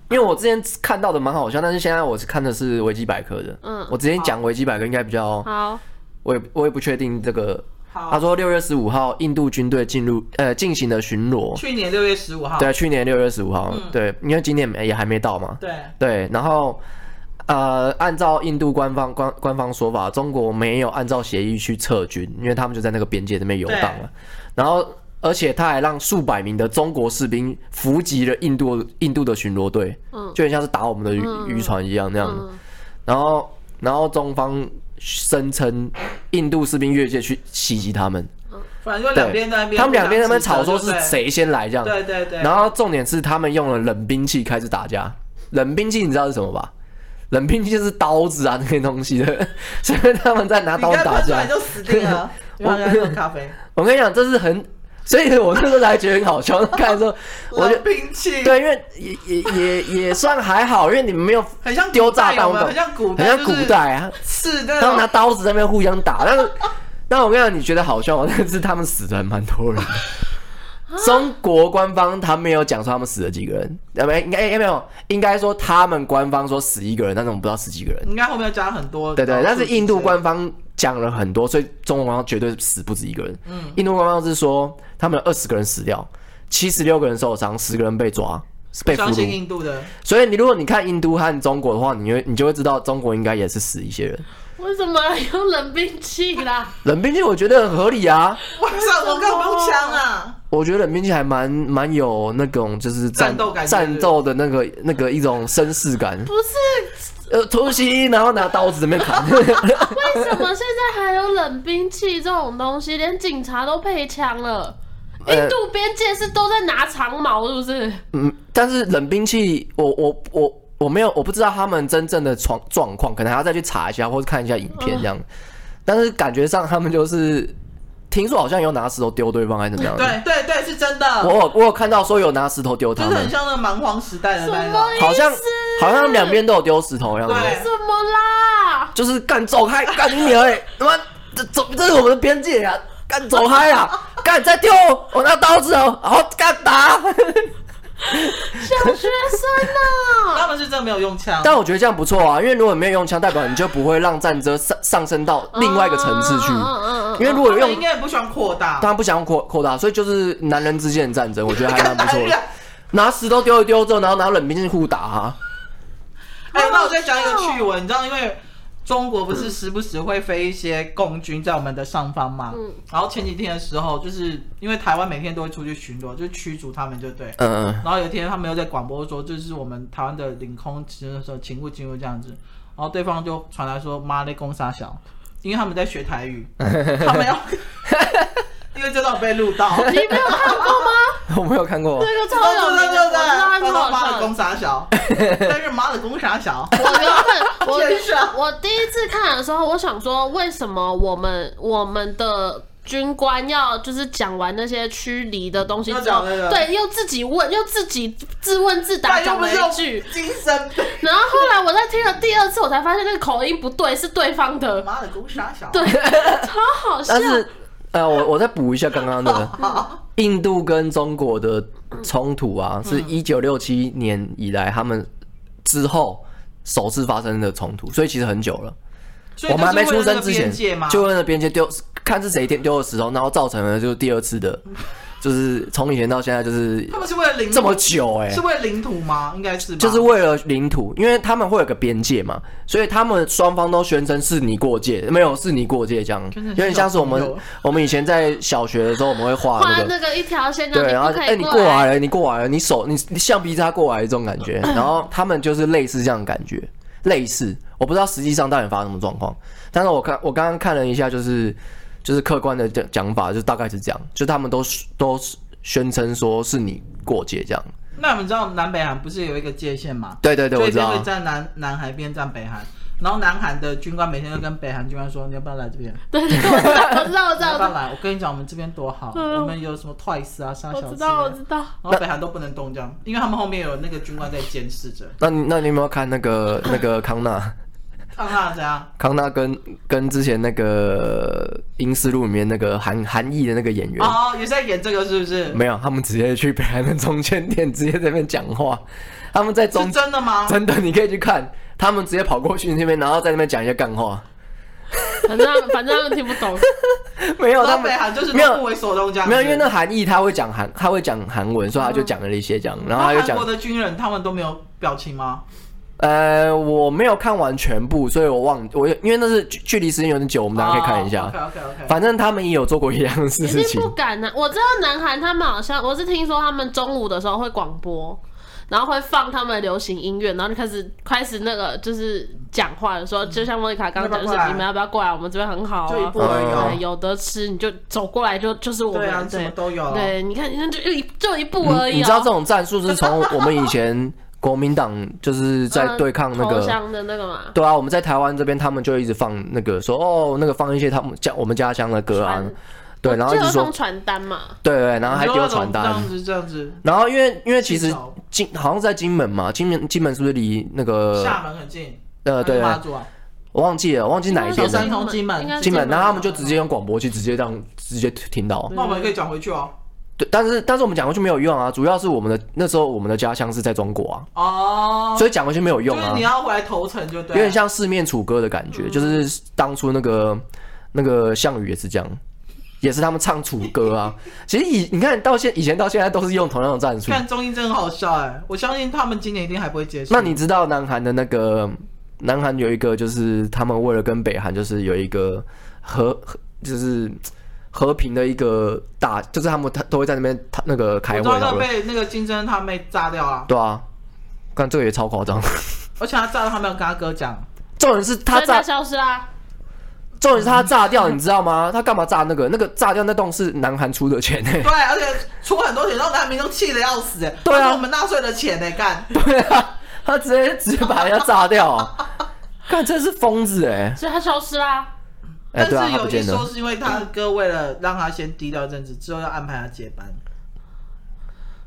[SPEAKER 2] 因为我之前看到的蛮好笑，但是现在我是看的是维基百科的。
[SPEAKER 1] 嗯
[SPEAKER 2] 我之前讲维基百科应该比较，
[SPEAKER 1] 好，
[SPEAKER 2] 我也我也不确定这个。他
[SPEAKER 3] 好，
[SPEAKER 2] 说六月十五号，印度军队进入呃进行了巡逻。
[SPEAKER 3] 去年六月十五号，
[SPEAKER 2] 对，去年六月十五号，对，因为今年也还没到嘛。
[SPEAKER 3] 对
[SPEAKER 2] 对，然后呃，按照印度官方官官方说法，中国没有按照协议去撤军，因为他们就在那个边界那边游荡了。然后而且他还让数百名的中国士兵伏击了印度印度的巡逻队，
[SPEAKER 1] 嗯
[SPEAKER 2] 就很像是打我们的渔、渔船一样那样。
[SPEAKER 1] 嗯
[SPEAKER 2] 然后，然后中方声称印度士兵越界去袭击他们，
[SPEAKER 3] 反正就
[SPEAKER 2] 对
[SPEAKER 3] 两边在那边，
[SPEAKER 2] 他们两边在那边吵说是，谁先来这样。
[SPEAKER 3] 对对对，
[SPEAKER 2] 然后重点是他们用了冷兵器开始打架，冷兵器你知道是什么吧？冷兵器就是刀子啊那些东西的， 所以他们在拿
[SPEAKER 3] 你
[SPEAKER 2] 刀
[SPEAKER 3] 该
[SPEAKER 2] 打
[SPEAKER 3] 喷出来
[SPEAKER 2] 架。
[SPEAKER 3] 就死定 了。
[SPEAKER 2] 我
[SPEAKER 3] 我来喝咖啡，
[SPEAKER 2] 我跟你讲，这是很，所以我那时候才觉得很好笑。看的 时候，我就
[SPEAKER 3] 冷兵器，
[SPEAKER 2] 对，因为也也也也算还好，因为你们没有
[SPEAKER 3] 很像古代
[SPEAKER 2] 丢炸弹，
[SPEAKER 3] 有
[SPEAKER 2] 我
[SPEAKER 3] 没有
[SPEAKER 2] 懂
[SPEAKER 3] 很像古
[SPEAKER 2] 很
[SPEAKER 3] 代，
[SPEAKER 2] 像古代啊，
[SPEAKER 3] 是 那
[SPEAKER 2] 他们拿
[SPEAKER 3] 种
[SPEAKER 2] 刀子在那边互相打，但是， 但我跟你讲，你觉得好笑吗？但是他们死的还蛮多人的。中国官方他没有讲说他们死了几个人，啊没应该应该没有，应该说他们官方说死一个人，但是我们不知道死几个人。
[SPEAKER 3] 应该嗯后面要加很多，
[SPEAKER 2] 对对，但是印度官方讲了很多，所以中国官方绝对死不止一个人。嗯，印度官方是说他们二十个人死掉，七十六个人受伤，十个人被抓，被俘
[SPEAKER 3] 相
[SPEAKER 2] 虏。
[SPEAKER 3] 信印度的，
[SPEAKER 2] 所以你如果你看印度和中国的话，你会你就会知道中国应该也是死一些人。
[SPEAKER 1] 为什么用冷兵器啦？
[SPEAKER 2] 冷兵器我觉得很合理啊，
[SPEAKER 3] 我操，我干嘛用枪啊？
[SPEAKER 2] 我觉得冷兵器还蛮蛮有那种就是
[SPEAKER 3] 战斗感
[SPEAKER 2] 战斗的那个那个一种绅士感，
[SPEAKER 1] 不是，
[SPEAKER 2] 呃，突袭然后拿刀子在那边砍，
[SPEAKER 1] 为什么现在还有冷兵器这种东西？连警察都配枪了。
[SPEAKER 2] 呃
[SPEAKER 1] 印度边界是都在拿长矛，是不是？
[SPEAKER 2] 嗯，但是冷兵器我我我我没有我不知道他们真正的状状况，可能还要再去查一下或者看一下影片
[SPEAKER 3] 嗯
[SPEAKER 2] 这样，但是感觉上他们就是听说好像有拿石头丢对方还是怎么样的，
[SPEAKER 1] 啊
[SPEAKER 3] 对对对，是真的，
[SPEAKER 2] 我有我有看到说有拿石头丢
[SPEAKER 3] 就
[SPEAKER 2] 他
[SPEAKER 3] 是
[SPEAKER 2] 们
[SPEAKER 3] 很，像那蛮荒时代的
[SPEAKER 1] 什
[SPEAKER 3] 那一
[SPEAKER 1] 么
[SPEAKER 3] 种，
[SPEAKER 1] 意思？
[SPEAKER 2] 好像好像两边都有丢石头一样
[SPEAKER 3] 对
[SPEAKER 2] 子。
[SPEAKER 1] 什么啦？
[SPEAKER 2] 就是干走开，干你娘嘞！ 他妈，这走这是我们的边界啊！干走开啊！ 干再丢我，我拿刀子哦，好干打。
[SPEAKER 1] 小学生呐、
[SPEAKER 3] 他们是真的没有用枪，
[SPEAKER 2] 但我觉得这样不错啊，因为如果没有用枪，代表你就不会让战争上上升到另外一个层次去。
[SPEAKER 1] 嗯嗯嗯
[SPEAKER 2] 因为如
[SPEAKER 3] 我
[SPEAKER 2] 果有用
[SPEAKER 3] 应，该也不喜欢扩大
[SPEAKER 2] 他，们不想扩扩大，所以就是男人之间的战争，我觉得还 蛮不错
[SPEAKER 3] 男人
[SPEAKER 2] 的。拿石头丢一丢之后，然后拿冷兵器互打啊。
[SPEAKER 3] 哎、那我再讲一个趣闻，你知道，因为中国不是时不时会飞一些共军在我们的上方嘛？
[SPEAKER 1] 嗯
[SPEAKER 3] 然后前几天的时候，就是因为台湾每天都会出去巡逻，就驱逐他们，就对。
[SPEAKER 2] 嗯嗯，
[SPEAKER 3] 然后有一天他们又在广播说，这是我们台湾的领空，其实说请勿进入这样子。然后对方就传来说妈嘞公杀小，因为他们在学台 语，他们要，因为这段被录到，
[SPEAKER 1] 你没有看过吗？
[SPEAKER 2] 我没有看过。
[SPEAKER 1] 那个超嗯有名的，我
[SPEAKER 3] 对
[SPEAKER 1] 知道它
[SPEAKER 3] 哦对
[SPEAKER 1] 超好
[SPEAKER 3] 妈
[SPEAKER 1] 笑
[SPEAKER 3] 的
[SPEAKER 1] 的
[SPEAKER 3] 公。杀小，但是妈的公杀小，
[SPEAKER 1] 我原本我
[SPEAKER 3] 真是啊
[SPEAKER 1] 我第一次看的时候，我想说，为什么我们我们的军官要就是讲完那些驱离的东西之
[SPEAKER 3] 要
[SPEAKER 1] 后，
[SPEAKER 3] 讲那个
[SPEAKER 1] 对，又自己问，又自己自问自答
[SPEAKER 3] 但又
[SPEAKER 1] 讲
[SPEAKER 3] 不
[SPEAKER 1] 了
[SPEAKER 3] 是
[SPEAKER 1] 一句。
[SPEAKER 3] 精神病。
[SPEAKER 1] 然后后来我在听了第二次，我才发现那个口音不对，是对方的，
[SPEAKER 2] 哦
[SPEAKER 3] 妈的狗傻小。
[SPEAKER 1] 对，超好笑
[SPEAKER 2] 但。是，呃，我我再补一下刚刚 的印度跟中国的冲突啊，是一九六七年以来他们之后首次发生的冲突，所以其实很久了。
[SPEAKER 3] 所以
[SPEAKER 2] 我们还没出生之前，就
[SPEAKER 3] 就
[SPEAKER 2] 为了边界丢，看是谁丢丢的石头，然后造成了就是第二次的，就是从以前到现在就是
[SPEAKER 3] 他们是为了领土
[SPEAKER 2] 这么久哎、
[SPEAKER 3] 是为了领土吗？应该是吧
[SPEAKER 2] 就是为了领土，因为他们会有个边界嘛，所以他们双方都宣称是你过界，没有是你过界这样，
[SPEAKER 3] 真的
[SPEAKER 2] 有
[SPEAKER 3] 是
[SPEAKER 2] 点像是我们
[SPEAKER 3] 小朋友
[SPEAKER 2] 我们以前在小学的时候我们会画
[SPEAKER 1] 画
[SPEAKER 2] 那个，
[SPEAKER 1] 那个一条线，
[SPEAKER 2] 对，然
[SPEAKER 1] 后
[SPEAKER 2] 后
[SPEAKER 1] 你不可以
[SPEAKER 2] 哎、你
[SPEAKER 1] 过
[SPEAKER 2] 过来了，你过来了，你手你你橡皮擦过来这种感 觉，然后他们就是类似这样的感觉，类似，我不知道实际上到底发生什么状况，但是我看我刚刚看了一下，就是就是客观的讲讲法，就大概是这样，就他们都都宣称说是你过界这样，
[SPEAKER 3] 那你们知道南北韩不是有一个界限吗？
[SPEAKER 2] 对对对，
[SPEAKER 3] 所
[SPEAKER 2] 我
[SPEAKER 3] 以
[SPEAKER 2] 知
[SPEAKER 3] 边
[SPEAKER 2] 道啊
[SPEAKER 3] 会。站南南韩，边站北韩。然后南韩的军官每天都跟北韩军官说：“你要不要来这边？
[SPEAKER 1] 对对，对我知道，我知道，我知
[SPEAKER 3] 你要不
[SPEAKER 1] 道，
[SPEAKER 3] 要来？我跟你讲，我们这边多好，
[SPEAKER 1] 嗯
[SPEAKER 3] 我们有什么 Twice 啊、沙
[SPEAKER 1] 我
[SPEAKER 3] 小
[SPEAKER 1] 知
[SPEAKER 3] 子
[SPEAKER 1] 道，
[SPEAKER 3] 啊
[SPEAKER 1] 我知道。
[SPEAKER 3] 然后北韩都不能动这样，因为他们后面有那个军官在监视 着。
[SPEAKER 2] 那你那你有没有看那个 那个康纳？
[SPEAKER 3] 看看怎样？
[SPEAKER 2] 康纳跟跟之前那个《英丝路》里面那个韩韩裔的那个演员、
[SPEAKER 3] 哦，也是在演这个是不是？
[SPEAKER 2] 没有，他们直接去北韩的中间店，直接在那边讲话。他们在中
[SPEAKER 3] 是真的吗？
[SPEAKER 2] 真的，你可以去看，他们直接跑过去那边，然后在那边讲一些干话。
[SPEAKER 1] 反正他们反正他们听不 懂，
[SPEAKER 2] 没有，
[SPEAKER 3] 然
[SPEAKER 2] 他
[SPEAKER 3] 后
[SPEAKER 2] 们
[SPEAKER 3] 北韩就是
[SPEAKER 2] 没
[SPEAKER 3] 都
[SPEAKER 2] 有
[SPEAKER 3] 不为所动这样子。
[SPEAKER 2] 没有，因为那韩裔他会讲韩，啊他会讲韩文，所以他就讲了一些讲，然后他
[SPEAKER 3] 那
[SPEAKER 2] 就
[SPEAKER 3] 韩
[SPEAKER 2] 讲
[SPEAKER 3] 国的军人他们都没有表情吗？
[SPEAKER 2] 呃，我没有看完全部，所以我忘我因为那是距距离时间有点久，我们大家可以看一下。
[SPEAKER 3] OK OK OK。
[SPEAKER 1] 哦
[SPEAKER 2] 反正他们也有做过一样的事
[SPEAKER 1] 一定
[SPEAKER 2] 情
[SPEAKER 1] 不，敢呢、我知道南韩他们好像，我是听说他们中午的时候会广播，然后会放他们的流行音乐，然后就开始开始那个就是讲话的时
[SPEAKER 2] 嗯
[SPEAKER 1] 候，就像莫妮卡刚刚讲，
[SPEAKER 3] 要
[SPEAKER 1] 就
[SPEAKER 3] 不要过
[SPEAKER 1] 是
[SPEAKER 3] 来
[SPEAKER 1] 你们要不要过来？我们这边很好啊，
[SPEAKER 3] 就一步而已哦
[SPEAKER 1] 对有得吃你就走过来就就是我
[SPEAKER 3] 对啊，
[SPEAKER 1] 们
[SPEAKER 3] 什么
[SPEAKER 1] 对。
[SPEAKER 3] 都有。
[SPEAKER 1] 对，你看，那就一就一步而
[SPEAKER 2] 你
[SPEAKER 1] 已、哦
[SPEAKER 2] 你知道这种战术是从我们以前国民党就是在
[SPEAKER 1] 嗯
[SPEAKER 2] 对抗那
[SPEAKER 1] 投
[SPEAKER 2] 个。
[SPEAKER 1] 降的那个嘛，
[SPEAKER 2] 对啊，我们在台湾这边，他们就一直放那个说哦，那个放一些他们家我们家乡的歌啊
[SPEAKER 1] 传，
[SPEAKER 2] 对，然后
[SPEAKER 1] 就
[SPEAKER 2] 就
[SPEAKER 1] 有
[SPEAKER 2] 说
[SPEAKER 1] 送传单嘛，
[SPEAKER 2] 对对，然后还
[SPEAKER 3] 你
[SPEAKER 2] 丢
[SPEAKER 3] 说那种
[SPEAKER 2] 传
[SPEAKER 3] 这
[SPEAKER 2] 单，
[SPEAKER 3] 样啊子这样子，
[SPEAKER 2] 然后因为因为其
[SPEAKER 3] 至
[SPEAKER 2] 实
[SPEAKER 3] 少
[SPEAKER 2] 金好像是在金门嘛，金门金门是不是离那个
[SPEAKER 3] 厦门很近，
[SPEAKER 2] 呃对对
[SPEAKER 3] 马祖啊，
[SPEAKER 2] 我忘记了，忘记哪一
[SPEAKER 1] 应该
[SPEAKER 2] 边
[SPEAKER 1] 是
[SPEAKER 3] 小
[SPEAKER 2] 了
[SPEAKER 3] 三。通金门
[SPEAKER 1] 应该是
[SPEAKER 2] 金门，然后他们
[SPEAKER 1] 吧
[SPEAKER 2] 就直接用广播器直接让直接听到。
[SPEAKER 3] 那我们可以转回去哦。
[SPEAKER 2] 对，但是但是我们讲回去没有用啊，主要是我们的那时候我们的家乡是在中国啊，
[SPEAKER 3] 哦，
[SPEAKER 2] 所以讲回去没有用
[SPEAKER 3] 就是
[SPEAKER 2] 啊
[SPEAKER 3] 你，要回来投诚就对了，啊嗯
[SPEAKER 2] 有点像四面楚歌的感觉，就是当初那个那个项羽也是这样。也是他们唱楚歌 啊，其实以你看到现以前到现在都是用同样的战术。
[SPEAKER 3] 看综艺真的很好笑哎、我相信他们今年一定还不会结束。
[SPEAKER 2] 那你知道南韩的那个南韩有一个，就是他们为了跟北韩就是有一个和和就是和平的一个大，就是他们他都会在那边他那个开会
[SPEAKER 3] 我知道
[SPEAKER 2] 讨
[SPEAKER 3] 那
[SPEAKER 2] 论，
[SPEAKER 3] 被那个金正恩他妹炸掉了，
[SPEAKER 2] 对啊，看这个也超夸张。
[SPEAKER 3] 而且他炸了，他没有跟他哥讲，
[SPEAKER 2] 重点是他
[SPEAKER 1] 所以他
[SPEAKER 2] 炸，
[SPEAKER 1] 消失啦，
[SPEAKER 2] 重点是他炸掉，你知道吗？他干嘛炸那个？那个炸掉那栋是南韩出的钱、欸
[SPEAKER 3] 对，，啊而且出很多钱，让男民众气得要死哎、
[SPEAKER 2] 对啊
[SPEAKER 3] 那是我们纳税的钱哎、干，
[SPEAKER 2] 对啊， 他直接直接把人家炸掉、看真是疯子哎、欸！
[SPEAKER 1] 所以他消失啦，
[SPEAKER 2] 哎、
[SPEAKER 3] 但
[SPEAKER 2] 对啊，
[SPEAKER 3] 是
[SPEAKER 2] 他
[SPEAKER 3] 有
[SPEAKER 2] 不
[SPEAKER 3] 一
[SPEAKER 2] 见
[SPEAKER 3] 说
[SPEAKER 2] 了。
[SPEAKER 3] 是因为他哥为了让他先低调一阵子，之后要安排他接班，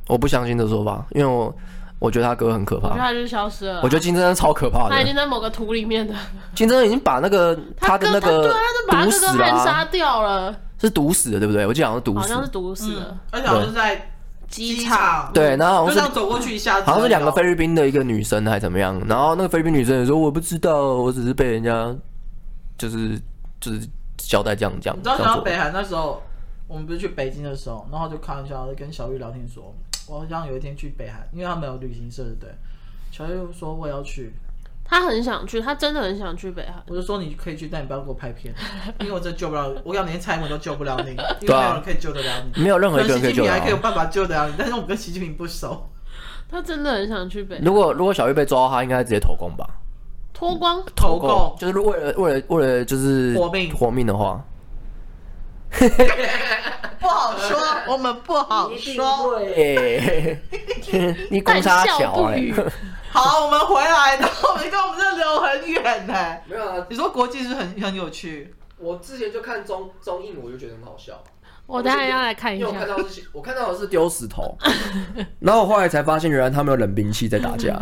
[SPEAKER 2] 我不相信这说法，因为我我觉得他哥很可
[SPEAKER 1] 我觉得
[SPEAKER 2] 怕，
[SPEAKER 1] 他就消失了啦。
[SPEAKER 2] 我觉得金正恩超可怕的
[SPEAKER 1] 他已。经在某个土里面的，
[SPEAKER 2] 金正恩已经把那个他的
[SPEAKER 1] 哥
[SPEAKER 2] 那
[SPEAKER 1] 他对，啊
[SPEAKER 2] 个
[SPEAKER 1] 他就把他
[SPEAKER 2] 毒
[SPEAKER 1] 哥
[SPEAKER 2] 死
[SPEAKER 1] 哥
[SPEAKER 2] 了
[SPEAKER 1] 暗
[SPEAKER 2] 啊、
[SPEAKER 1] 杀掉了，
[SPEAKER 2] 是毒死的，对不对？我记得好像是毒
[SPEAKER 1] 好像是
[SPEAKER 2] 死。
[SPEAKER 1] 毒死了。
[SPEAKER 3] 而且好像是在
[SPEAKER 1] 嗯机
[SPEAKER 3] 机
[SPEAKER 1] 场，
[SPEAKER 3] 场，
[SPEAKER 2] 对，然后好
[SPEAKER 3] 就这
[SPEAKER 2] 像
[SPEAKER 3] 样
[SPEAKER 2] 是
[SPEAKER 3] 走过去一下子，
[SPEAKER 2] 好像是两个菲
[SPEAKER 3] 飞，
[SPEAKER 2] 律宾的一个女生还是怎么样，然后那个菲律宾女生也说我不知道，我只是被人家就是就是交代这样这样
[SPEAKER 3] 你知
[SPEAKER 2] 这
[SPEAKER 3] 道
[SPEAKER 2] 样
[SPEAKER 3] 想到
[SPEAKER 2] 做。
[SPEAKER 3] 北韩那时候，我们不是去北京的时候，然后就开玩笑地跟小玉聊天说，我好像有一天去北韩，因为他们有旅行社，对不对？小玉说我也要去，
[SPEAKER 1] 他很想去，他真的很想去北韩。
[SPEAKER 3] 我就说你可以去，但你不要给我拍 片，因为我真的救不了你，我要连蔡英文都救不了你，因为
[SPEAKER 2] 对啊
[SPEAKER 3] 没有人可以救得了你。
[SPEAKER 2] 没有任何一个人可以救
[SPEAKER 3] 习近平
[SPEAKER 2] 得
[SPEAKER 3] 还可以有
[SPEAKER 2] 了。
[SPEAKER 3] 办法救得了你，但是我们跟习近平不 熟。
[SPEAKER 1] 他真的很想去北韩
[SPEAKER 2] 如果如果小玉被抓到，他应该直接投共吧？
[SPEAKER 1] 脱光，
[SPEAKER 3] 投
[SPEAKER 2] 共
[SPEAKER 3] 共
[SPEAKER 2] 哦就是为了为了为了就是
[SPEAKER 3] 活命
[SPEAKER 2] 活命的话，
[SPEAKER 3] 不好 说，我们不好说。
[SPEAKER 2] 对，你公
[SPEAKER 1] 但
[SPEAKER 2] 差
[SPEAKER 1] 笑
[SPEAKER 2] 小
[SPEAKER 1] 不
[SPEAKER 2] 哎、
[SPEAKER 1] 语。
[SPEAKER 3] 好，我们回来，然后你跟我们这聊很远呢、
[SPEAKER 2] 没有啊，
[SPEAKER 3] 你说国际是很很有趣，
[SPEAKER 2] 我之前就看综综艺，我就觉得很好笑。
[SPEAKER 1] 我等一下要来看一
[SPEAKER 2] 因为我看
[SPEAKER 1] 下。
[SPEAKER 2] 到的是，我看到的是丢 石头，然后我后来才发现，原来他们有冷兵器在打 架。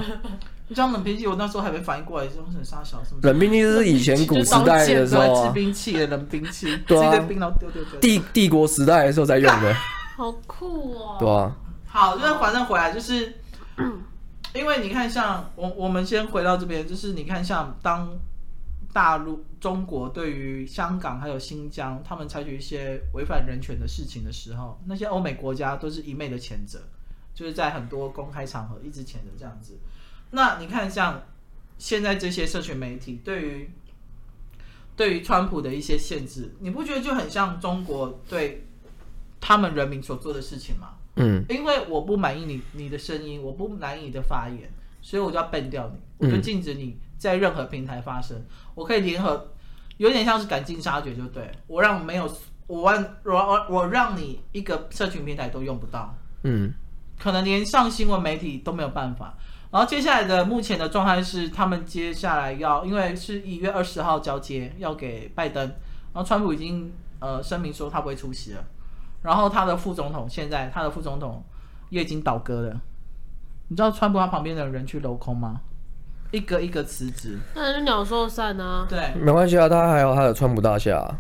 [SPEAKER 3] 你知道冷兵器，我那时候还没反应过来，这种很傻小什么。
[SPEAKER 2] 冷兵器就是以前古时代的时候
[SPEAKER 3] 对，制
[SPEAKER 2] 啊，
[SPEAKER 3] 兵器的冷兵器，
[SPEAKER 2] 对啊
[SPEAKER 3] 自己的冰刀丢丢丢。
[SPEAKER 2] 帝帝国时代的时候在用 的，
[SPEAKER 1] 好酷哦！
[SPEAKER 2] 对吧、
[SPEAKER 3] 好，就是反正回来就是，因为你看像我我们先回到这边，就是你看像当大陆中国对于香港还有新疆，他们采取一些违反人权的事情的时候，那些欧美国家都是一昧的谴责，就是在很多公开场合一直谴责这样子。那你看像现在这些社群媒体对于对于川普的一些限制，你不觉得就很像中国对他们人民所做的事情吗？
[SPEAKER 2] 嗯，
[SPEAKER 3] 因为我不满意你你的声音，我不满意你的发言，所以我就要 ban 掉你，我就禁止你在任何平台发声。我可以联合，有点像是赶尽杀绝，就对我让没有我让我我让你一个社群平台都用不到，
[SPEAKER 2] 嗯，
[SPEAKER 3] 可能连上新闻媒体都没有办法。然后接下来的目前的状态是，他们接下来要因为是一月二十号交接，要给拜登，然后川普已经呃声明说他不会出席了，然后他的副总统现在他的副总统也已经倒戈了，你知道川普他旁边的人去镂空吗？一个一个辞职，
[SPEAKER 1] 那就鸟兽散啊！
[SPEAKER 3] 对，
[SPEAKER 2] 没关系啊，他还有他的川普大厦、啊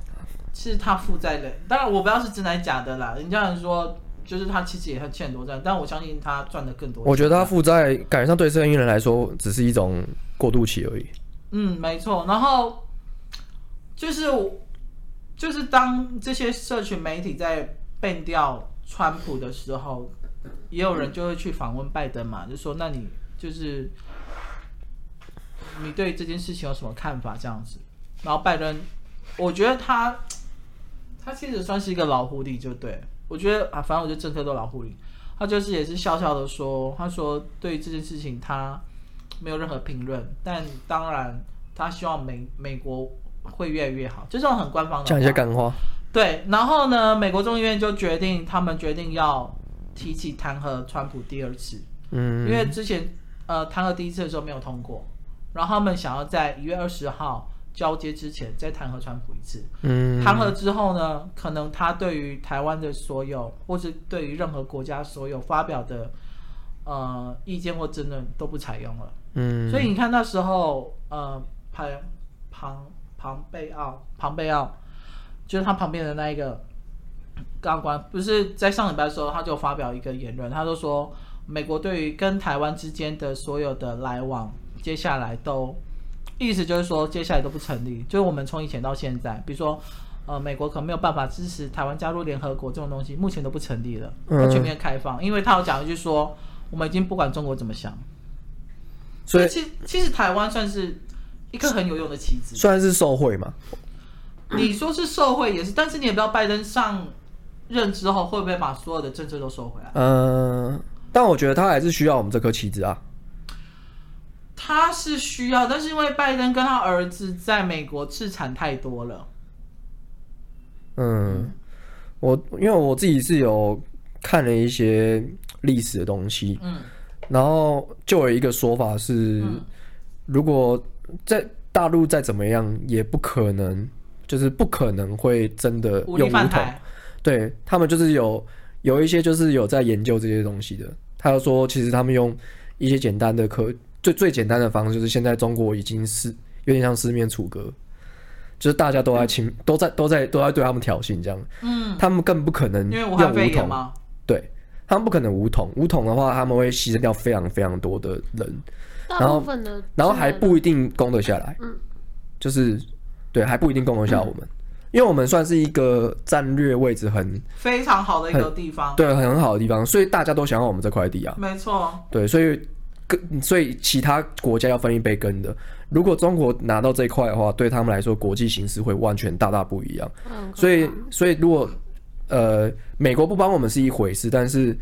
[SPEAKER 3] 是他负债累，当然我不知道是真的还是假的啦，人家人说就是他其实也很欠很多债，但我相信他赚的更多钱。
[SPEAKER 2] 我觉得他负债感觉上对生意人来说只是一种过渡期而已。
[SPEAKER 3] 嗯，没错。然后就是我就是当这些社群媒体在变掉川普的时候，也有人就会去访问拜登嘛，就说那你就是你对这件事情有什么看法？这样子，然后拜登，我觉得他他其实算是一个老狐狸，就对我觉得啊，反正我觉得政客都老狐狸，他就是也是笑笑的说，他说对这件事情他没有任何评论，但当然他希望美美国会越来越好，就这种很官方的
[SPEAKER 2] 讲一些
[SPEAKER 3] 话
[SPEAKER 2] 干话，
[SPEAKER 3] 对，然后呢，美国众议院就决定，他们决定要提起弹劾川普第二次，
[SPEAKER 2] 嗯，
[SPEAKER 3] 因为之前呃弹劾第一次的时候没有通过，然后他们想要在一月二十号交接之前再弹劾川普一次。
[SPEAKER 2] 嗯，
[SPEAKER 3] 弹劾之后呢，可能他对于台湾的所有，或是对于任何国家所有发表的呃意见或争论都不采用了。
[SPEAKER 2] 嗯，
[SPEAKER 3] 所以你看那时候，呃，庞庞庞贝奥，庞贝奥就是他旁边的那一个高官，不是在上礼拜的时候，他就发表一个言论，他就说美国对于跟台湾之间的所有的来往，接下来都意思就是说接下来都不成立，就是我们从以前到现在，比如说。呃，美国可能没有办法支持台湾加入联合国这种东西，目前都不成立了，要全面开放，因为他有讲一句说，我们已经不管中国怎么想，
[SPEAKER 2] 所以
[SPEAKER 3] 其实其实台湾算是一颗很有用的棋子。
[SPEAKER 2] 虽然是受贿嘛，嗯
[SPEAKER 3] 你说是受贿也是，但是你也不知道拜登上任之后会不会把所有的政策都收回来。
[SPEAKER 2] 嗯、但我觉得他还是需要我们这颗棋子啊，
[SPEAKER 3] 他是需要，但是因为拜登跟他儿子在美国自产太多了，
[SPEAKER 2] 嗯，我因为我自己是有看了一些历史的东西，
[SPEAKER 3] 嗯，
[SPEAKER 2] 然后就有一个说法是，如果在大陆再怎么样，也不可能，就是不可能会真的用
[SPEAKER 3] 武力
[SPEAKER 2] 武
[SPEAKER 3] 犯
[SPEAKER 2] 统。
[SPEAKER 3] 台，
[SPEAKER 2] 对他们就是有有一些就是有在研究这些东西的，他就说其实他们用一些简单的科最最简单的方式，就是现在中国已经是有点像四面楚歌，就是大家都在侵、都在都在都在对他们挑衅这样，
[SPEAKER 3] 嗯，
[SPEAKER 2] 他们更不可能
[SPEAKER 3] 因为
[SPEAKER 2] 用
[SPEAKER 3] 武
[SPEAKER 2] 武
[SPEAKER 3] 汉肺炎
[SPEAKER 2] 统，
[SPEAKER 3] 嘛，
[SPEAKER 2] 对他们不可能武统，武统的话他们会牺牲掉非常非常多的人，
[SPEAKER 1] 大
[SPEAKER 2] 然后
[SPEAKER 1] 部分的，
[SPEAKER 2] 然后还不一定攻得下来，
[SPEAKER 1] 嗯
[SPEAKER 2] 就是对还不一定攻得下我们，
[SPEAKER 3] 嗯
[SPEAKER 2] 因为我们算是一个战略位置很。
[SPEAKER 3] 非常好的一个地方，
[SPEAKER 2] 对，很好的地方，所以大家都想要我们这块地啊。
[SPEAKER 3] 没错，
[SPEAKER 2] 对，所以跟所以其他国家要分一杯羹的。如果中国拿到这一块的话，对他们来说国际形势会完全大大不一样。
[SPEAKER 1] 嗯
[SPEAKER 2] 所以所以如果呃美国不帮我们是一回事，但是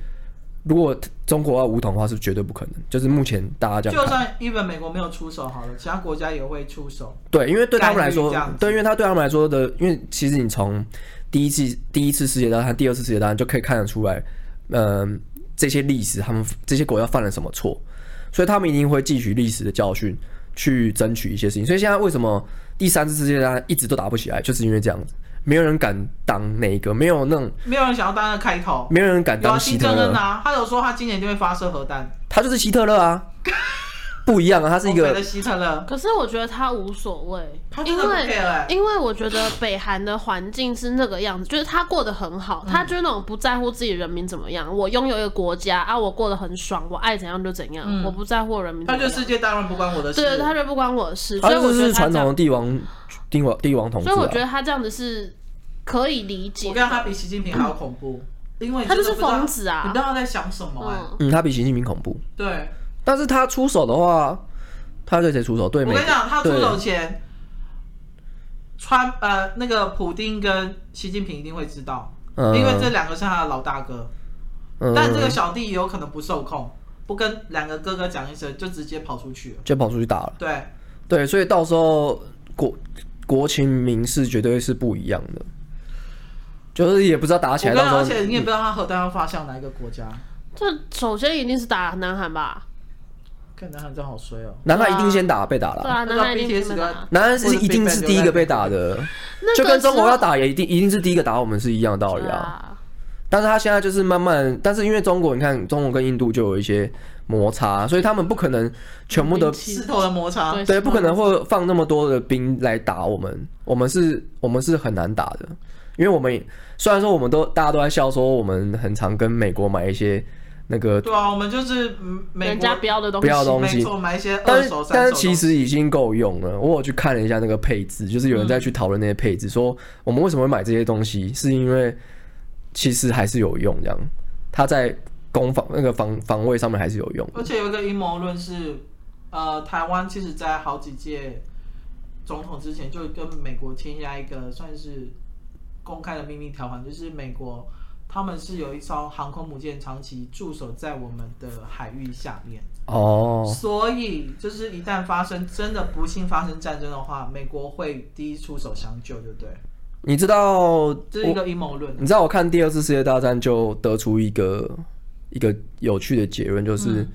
[SPEAKER 2] 如果中国要武统的话是绝对不可能，就是目前大家这样
[SPEAKER 3] 就
[SPEAKER 2] 看。
[SPEAKER 3] 算日本、美国没有出手好了，其他国家也会出手，
[SPEAKER 2] 对，因为对他们来说
[SPEAKER 3] 干预这样子，
[SPEAKER 2] 对，因为他对他们来说的，因为其实你从第一次第一次世界大战、和第二次世界大战就可以看得出来，嗯、这些历史他们这些国家犯了什么错，所以他们一定会汲取历史的教训，去争取一些事情。所以现在为什么第三次世界大战一直都打不起来，就是因为这样子，没有人敢当哪一个，没有那种，
[SPEAKER 3] 没有人想要当那个开头。
[SPEAKER 2] 没有人敢
[SPEAKER 3] 有啊，
[SPEAKER 2] 当希
[SPEAKER 3] 金
[SPEAKER 2] 特
[SPEAKER 3] 正恩
[SPEAKER 2] 勒，
[SPEAKER 3] 啊，他有说他今年就会发射核弹，
[SPEAKER 2] 他就是希特勒啊，不一样啊，他是一
[SPEAKER 3] 我觉
[SPEAKER 2] 个
[SPEAKER 3] 得希特勒，
[SPEAKER 1] 可是我觉得他无所谓
[SPEAKER 3] 他，真
[SPEAKER 1] 因
[SPEAKER 3] 的不
[SPEAKER 1] 为
[SPEAKER 3] care 哎、
[SPEAKER 1] 因为我觉得北韩的环境是那个样子，就是他过得很好，他
[SPEAKER 3] 嗯
[SPEAKER 1] 就是那种不在乎自己人民怎么样，我拥有一个国家啊，我过得很爽，我爱怎样就怎样，我不在乎人民怎
[SPEAKER 3] 嗯他
[SPEAKER 1] 么
[SPEAKER 3] 就
[SPEAKER 1] 样。
[SPEAKER 3] 世界大乱不关我的事。
[SPEAKER 1] 对，啊他就不关我的事，
[SPEAKER 2] 他
[SPEAKER 1] 所以我
[SPEAKER 2] 就
[SPEAKER 1] 觉得
[SPEAKER 2] 是
[SPEAKER 1] 他
[SPEAKER 2] 传
[SPEAKER 1] 这
[SPEAKER 2] 统
[SPEAKER 1] 样，
[SPEAKER 2] 的帝王帝王帝王统治、
[SPEAKER 1] 所
[SPEAKER 2] 啊。
[SPEAKER 1] 以我觉得他这样子是可以理
[SPEAKER 3] 我
[SPEAKER 1] 解
[SPEAKER 3] 跟你，讲他比习近平还要恐怖，因为
[SPEAKER 1] 他就是
[SPEAKER 3] 真的不知道
[SPEAKER 1] 疯子啊
[SPEAKER 3] 你不知道他在想什么哎、
[SPEAKER 1] 嗯，
[SPEAKER 2] 嗯，他比习近平恐怖。
[SPEAKER 3] 对，
[SPEAKER 2] 但是他出手的话，他对谁出手？对
[SPEAKER 3] 我
[SPEAKER 2] 美
[SPEAKER 3] 跟你讲，他出手
[SPEAKER 2] 对
[SPEAKER 3] 前，川呃那个普丁跟习近平一定会知道，
[SPEAKER 2] 嗯
[SPEAKER 3] 因为这两个是他的老大哥，
[SPEAKER 2] 嗯，
[SPEAKER 3] 但这个小弟也有可能不受控，不跟两个哥哥讲一声，就直接跑出去了。
[SPEAKER 2] 就跑出去打了。
[SPEAKER 3] 对，
[SPEAKER 2] 对，所以到时候国国情民事绝对是不一样的，就是也不知道打
[SPEAKER 3] 我
[SPEAKER 2] 起来
[SPEAKER 3] 跟你讲
[SPEAKER 2] 到
[SPEAKER 3] 而
[SPEAKER 2] 时
[SPEAKER 3] 且
[SPEAKER 2] 候嗯
[SPEAKER 3] 你也不知道他核弹要发向哪一个国家，
[SPEAKER 1] 这首先一定是打南韩吧？
[SPEAKER 3] 看南韩真好衰哦。
[SPEAKER 2] 南韩一定先打被打
[SPEAKER 1] 对
[SPEAKER 2] 了，
[SPEAKER 1] 啊，南
[SPEAKER 3] 那个
[SPEAKER 1] 韩一定
[SPEAKER 3] BTS
[SPEAKER 1] 是
[SPEAKER 3] 的
[SPEAKER 1] 打。
[SPEAKER 2] 南韩是一定是第一个被打的，
[SPEAKER 1] 那
[SPEAKER 2] 就
[SPEAKER 1] 个啊
[SPEAKER 2] 跟中国
[SPEAKER 1] 时候
[SPEAKER 2] 要打也一定一定是第一个打我们是一样的道理
[SPEAKER 1] 对
[SPEAKER 2] 啊。
[SPEAKER 1] 啊，
[SPEAKER 2] 但是他现在就是慢慢，但是因为中国，你看中国跟印度就有一些摩擦，所以他们不可能全部的
[SPEAKER 1] 其
[SPEAKER 3] 石头的摩擦，
[SPEAKER 1] 对啊
[SPEAKER 2] 对，不可能会放那么多的兵来打我们，我们是，我们是很难打的，因为我们虽然说我们都大家都在笑说我们很常跟美国买一些那个
[SPEAKER 3] 对啊，我们就是嗯美
[SPEAKER 1] 人
[SPEAKER 3] 国
[SPEAKER 1] 家不要的东西，
[SPEAKER 2] 不要的东
[SPEAKER 3] 没
[SPEAKER 2] 西，
[SPEAKER 3] 错，买一些二
[SPEAKER 2] 但是
[SPEAKER 3] 手、三
[SPEAKER 2] 但
[SPEAKER 3] 手
[SPEAKER 2] 是其
[SPEAKER 3] 东西。
[SPEAKER 2] 实已经够用了。我有去看了一下那个配置，就是有人在去讨论那些配置，说我们为什么会买这些东西，是因为其实还是有用，这样它在攻防那个防防卫上面还是有用。
[SPEAKER 3] 而且有一个阴谋论是，呃，台湾其实在好几届总统之前就跟美国签下一个算是公开的秘密条款，就是美国他们是有一艘航空母舰长期驻守在我们的海域下面。
[SPEAKER 2] 哦，
[SPEAKER 3] 所以就是一旦发生真的不幸发生战争的话，美国会第一出手相救，对不对？
[SPEAKER 2] 你知道
[SPEAKER 3] 这是一个阴谋论。
[SPEAKER 2] 你知道我看第二次世界大战就得出一个一个有趣的结论，就是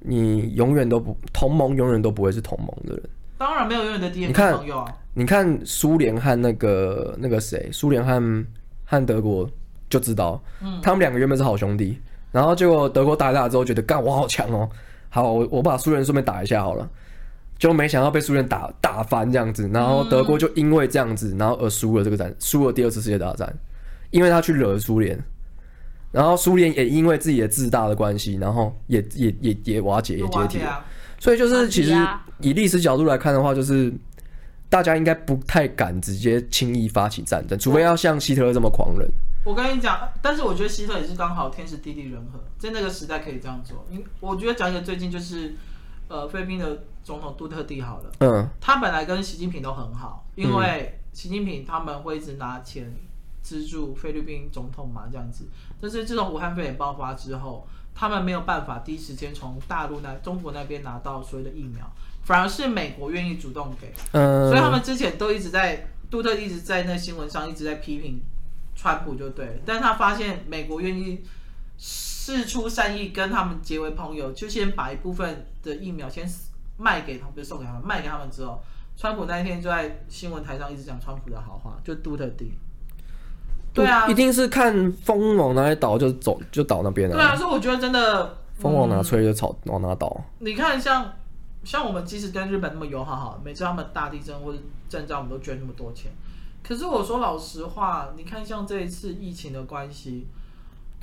[SPEAKER 2] 你永远都不同盟，永远都不会是同盟的人。
[SPEAKER 3] 当然没有永远的敌人
[SPEAKER 2] 你看
[SPEAKER 3] 跟朋友啊，
[SPEAKER 2] 你看苏联和那个那个谁，苏联和和德国就知道，他们两个原本是好兄弟，然后结果德国打一打之后觉得，干我好强哦，好我我把苏联顺便打一下好了，就没想到被苏联打打翻这样子，然后德国就因为这样子，然后而输了这个战，输了第二次世界大战，因为他去惹了苏联。然后苏联也因为自己的自大的关系，然后也也也也瓦解，也
[SPEAKER 3] 就
[SPEAKER 2] 解
[SPEAKER 3] 瓦
[SPEAKER 2] 体
[SPEAKER 3] 解
[SPEAKER 2] 了。
[SPEAKER 3] 啊。
[SPEAKER 2] 所以就是
[SPEAKER 1] 啊
[SPEAKER 2] 其实
[SPEAKER 1] 对啊
[SPEAKER 2] 以历史角度来看的话，就是大家应该不太敢直接轻易发起战争，
[SPEAKER 3] 啊
[SPEAKER 2] 除非要像希特勒这么狂人。
[SPEAKER 3] 我跟你讲，但是我觉得希特也是刚好天时地利人和，在那个时代可以这样做。你我觉得讲一个最近就是，呃，菲律宾的总统杜特地好了，
[SPEAKER 2] 嗯，
[SPEAKER 3] 他本来跟习近平都很好，因为习近平他们会一直拿钱资助菲律宾总统嘛，这样子。但是自从武汉肺炎爆发之后，他们没有办法第一时间从大陆那中国那边拿到所有的疫苗，反而是美国愿意主动给，
[SPEAKER 2] 嗯，
[SPEAKER 3] 所以他们之前都一直在杜特一直在那新闻上一直在批评川普就对了，但他发现美国愿意事出善意跟他们结为朋友，就先把一部分的疫苗先卖给他们，就送给他们，卖给他们之后，川普那一天就在新闻台上一直讲川普的好话，就杜特地。对啊
[SPEAKER 2] 一，定是看风往哪里倒就走就倒那边
[SPEAKER 3] 对
[SPEAKER 2] 啊，
[SPEAKER 3] 啊，所以我觉得真的
[SPEAKER 2] 风往哪吹就草往哪倒。
[SPEAKER 3] 你看像像我们即使跟日本那么友好，好了，每次他们大地震或者震灾，我们都捐那么多钱。可是我说老实话，你看像这一次疫情的关系，